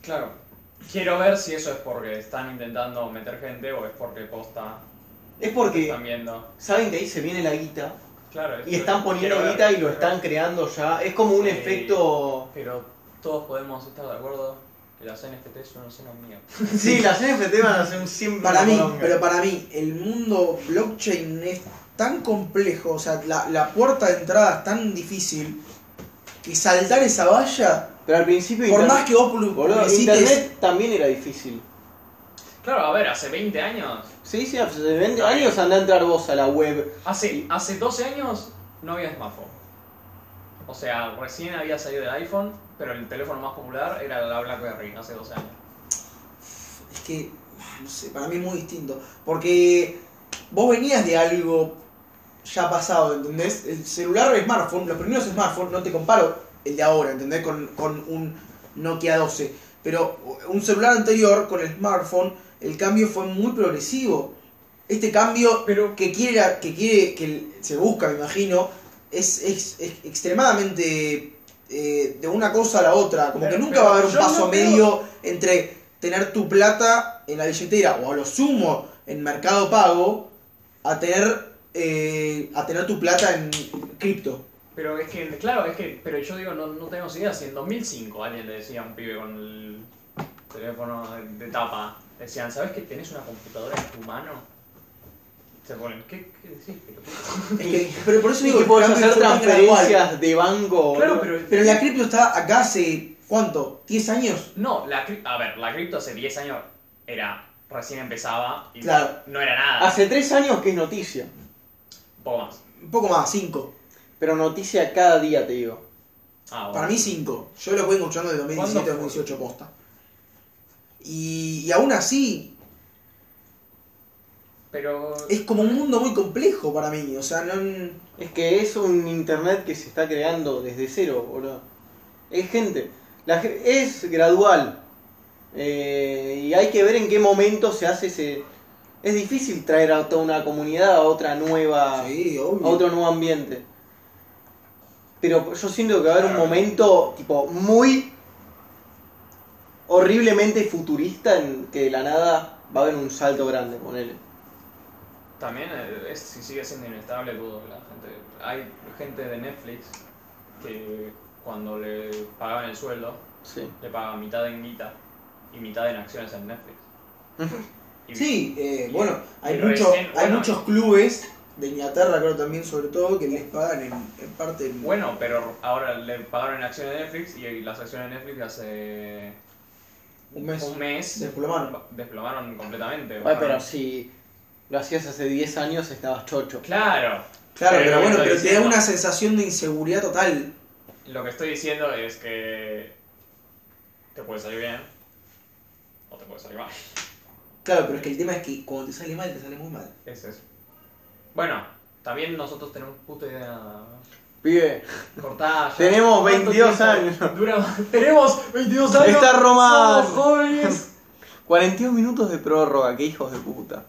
Speaker 3: Claro. Quiero ver si eso es porque están intentando meter gente o es porque posta
Speaker 1: Es porque
Speaker 3: están viendo.
Speaker 1: saben que ahí se viene la guita
Speaker 3: Claro.
Speaker 1: y
Speaker 3: es-
Speaker 1: están poniendo
Speaker 3: quiero ver,
Speaker 1: guita y lo
Speaker 3: quiero
Speaker 1: están
Speaker 3: ver.
Speaker 1: creando ya. Es como un
Speaker 3: Sí.
Speaker 4: (laughs)
Speaker 1: efecto.
Speaker 3: Pero todos podemos estar de acuerdo que las NFTs son unos míos.
Speaker 1: Sí, las NFT van a ser un simple.
Speaker 4: Para mí,
Speaker 1: poronga.
Speaker 4: pero para mí, el mundo blockchain es tan complejo, o sea, la, la puerta de entrada es tan difícil que saltar esa valla,
Speaker 1: Pero al principio.
Speaker 4: por
Speaker 1: internet-
Speaker 4: más que vos plu-
Speaker 1: Boludo,
Speaker 4: publicites-
Speaker 1: internet también era difícil.
Speaker 3: Claro, a ver, hace 20 años.
Speaker 1: Sí, sí, hace 20 años andá a entrar vos a la web.
Speaker 3: Hace, hace 12 años no había smartphone. O sea, recién había salido el iPhone, pero el teléfono más popular era la BlackBerry hace 12 años.
Speaker 4: es que ah, no sé, para mí es muy distinto. Porque vos venías de algo ya pasado, ¿entendés? El celular o el smartphone, los primeros smartphones, no te comparo el de ahora, ¿entendés? Con, con un Nokia 12. Pero un celular anterior con el smartphone, el cambio fue muy progresivo. Este cambio
Speaker 3: Pero
Speaker 4: que quiere, la- que quiere, que se busca, me imagino, es, es- es extremadamente eh, de una cosa a la otra. Como que
Speaker 3: Pero-
Speaker 4: nunca
Speaker 3: pero
Speaker 4: va a haber un
Speaker 3: yo no
Speaker 4: paso
Speaker 3: creo-
Speaker 4: medio entre tener tu plata en la billetera o a lo sumo en Mercado Pago a tener eh, a tener tu plata en cripto.
Speaker 3: Pero es que, claro, es que, pero yo digo, no, no tenemos idea si en 2005 alguien le decía a un pibe con el teléfono de- de tapa, decían, ¿sabes que tenés una computadora en tu mano? Se ponen, ¿qué, qué decís? Pero, (laughs)
Speaker 4: Es que- pero por eso
Speaker 1: Sí,
Speaker 4: digo
Speaker 1: que
Speaker 4: el
Speaker 1: podés
Speaker 4: cambio
Speaker 1: hacer
Speaker 4: fue tan gradual.
Speaker 1: transferencias de banco.
Speaker 3: claro,
Speaker 1: ¿no?
Speaker 3: pero,
Speaker 4: Pero la cripto está acá hace, ¿cuánto? ¿10 años?
Speaker 3: No, la cripto, a ver, la cripto hace 10 años era, recién empezaba y
Speaker 4: Claro.
Speaker 3: no era nada,
Speaker 1: Hace tres años que es noticia.
Speaker 3: un poco más.
Speaker 4: Un poco más, 5.
Speaker 1: Pero noticia cada día, te digo.
Speaker 3: Ah, bueno.
Speaker 4: Para mí 5. Yo lo voy escuchando de 2017 a
Speaker 3: ¿Cuándo fue?
Speaker 4: 2018 posta. Y, y aún así,
Speaker 3: Pero,
Speaker 4: es como un mundo muy complejo para mí. O sea, no.
Speaker 1: Es que es un internet que se está creando desde cero, boludo. Es gente. La, ge- es gradual. Eh, y hay que ver en qué momento se hace ese. Es difícil traer a toda una comunidad a otra
Speaker 3: Ah.
Speaker 1: nueva.
Speaker 4: Sí,
Speaker 1: a
Speaker 4: obvio.
Speaker 1: otro nuevo ambiente. Pero yo siento que va a haber un
Speaker 3: Claro.
Speaker 1: momento tipo muy horriblemente futurista en que de la nada va a haber un salto grande, ponele.
Speaker 3: También, eh, es- si sigue siendo inestable, dudo que la gente. Hay gente de Netflix que cuando le pagaban el sueldo,
Speaker 1: Sí.
Speaker 3: le pagaban mitad en guita y mitad en acciones en
Speaker 4: (laughs)
Speaker 3: Netflix. Y-
Speaker 4: Sí, eh, bueno, hay,
Speaker 3: Y
Speaker 4: mucho-
Speaker 3: recién,
Speaker 4: hay
Speaker 3: bueno,
Speaker 4: muchos clubes de Inglaterra, creo también, sobre todo, que les pagan en, en parte. en-
Speaker 3: Bueno, pero ahora le pagaron en acciones de Netflix y las acciones de Netflix hace.
Speaker 4: Un mes.
Speaker 3: Un mes
Speaker 4: Se desplomaron.
Speaker 3: desplomaron completamente.
Speaker 1: Bueno, pero
Speaker 3: bajaron.
Speaker 1: si lo hacías hace 10 años estabas chocho.
Speaker 3: Claro,
Speaker 4: Claro,
Speaker 3: Pero
Speaker 4: pero
Speaker 3: lo
Speaker 4: bueno,
Speaker 3: que
Speaker 4: pero
Speaker 3: estoy
Speaker 4: te da
Speaker 3: diciendo-
Speaker 4: una sensación de inseguridad total.
Speaker 3: lo que estoy diciendo es que. Te puede salir bien o te puede salir mal.
Speaker 4: Claro, pero es que el tema es que cuando te sale mal, te sale muy mal.
Speaker 3: Es eso. Bueno, también nosotros tenemos puta idea de nada.
Speaker 1: Pibe,
Speaker 3: Cortá, ya.
Speaker 1: Tenemos
Speaker 3: ¿Cuánto
Speaker 1: 22
Speaker 3: tiempo
Speaker 1: años.
Speaker 3: dura más? Tenemos 22 años.
Speaker 1: Está Román.
Speaker 3: Somos jóvenes.
Speaker 1: 42 minutos de prórroga, qué hijos de puta.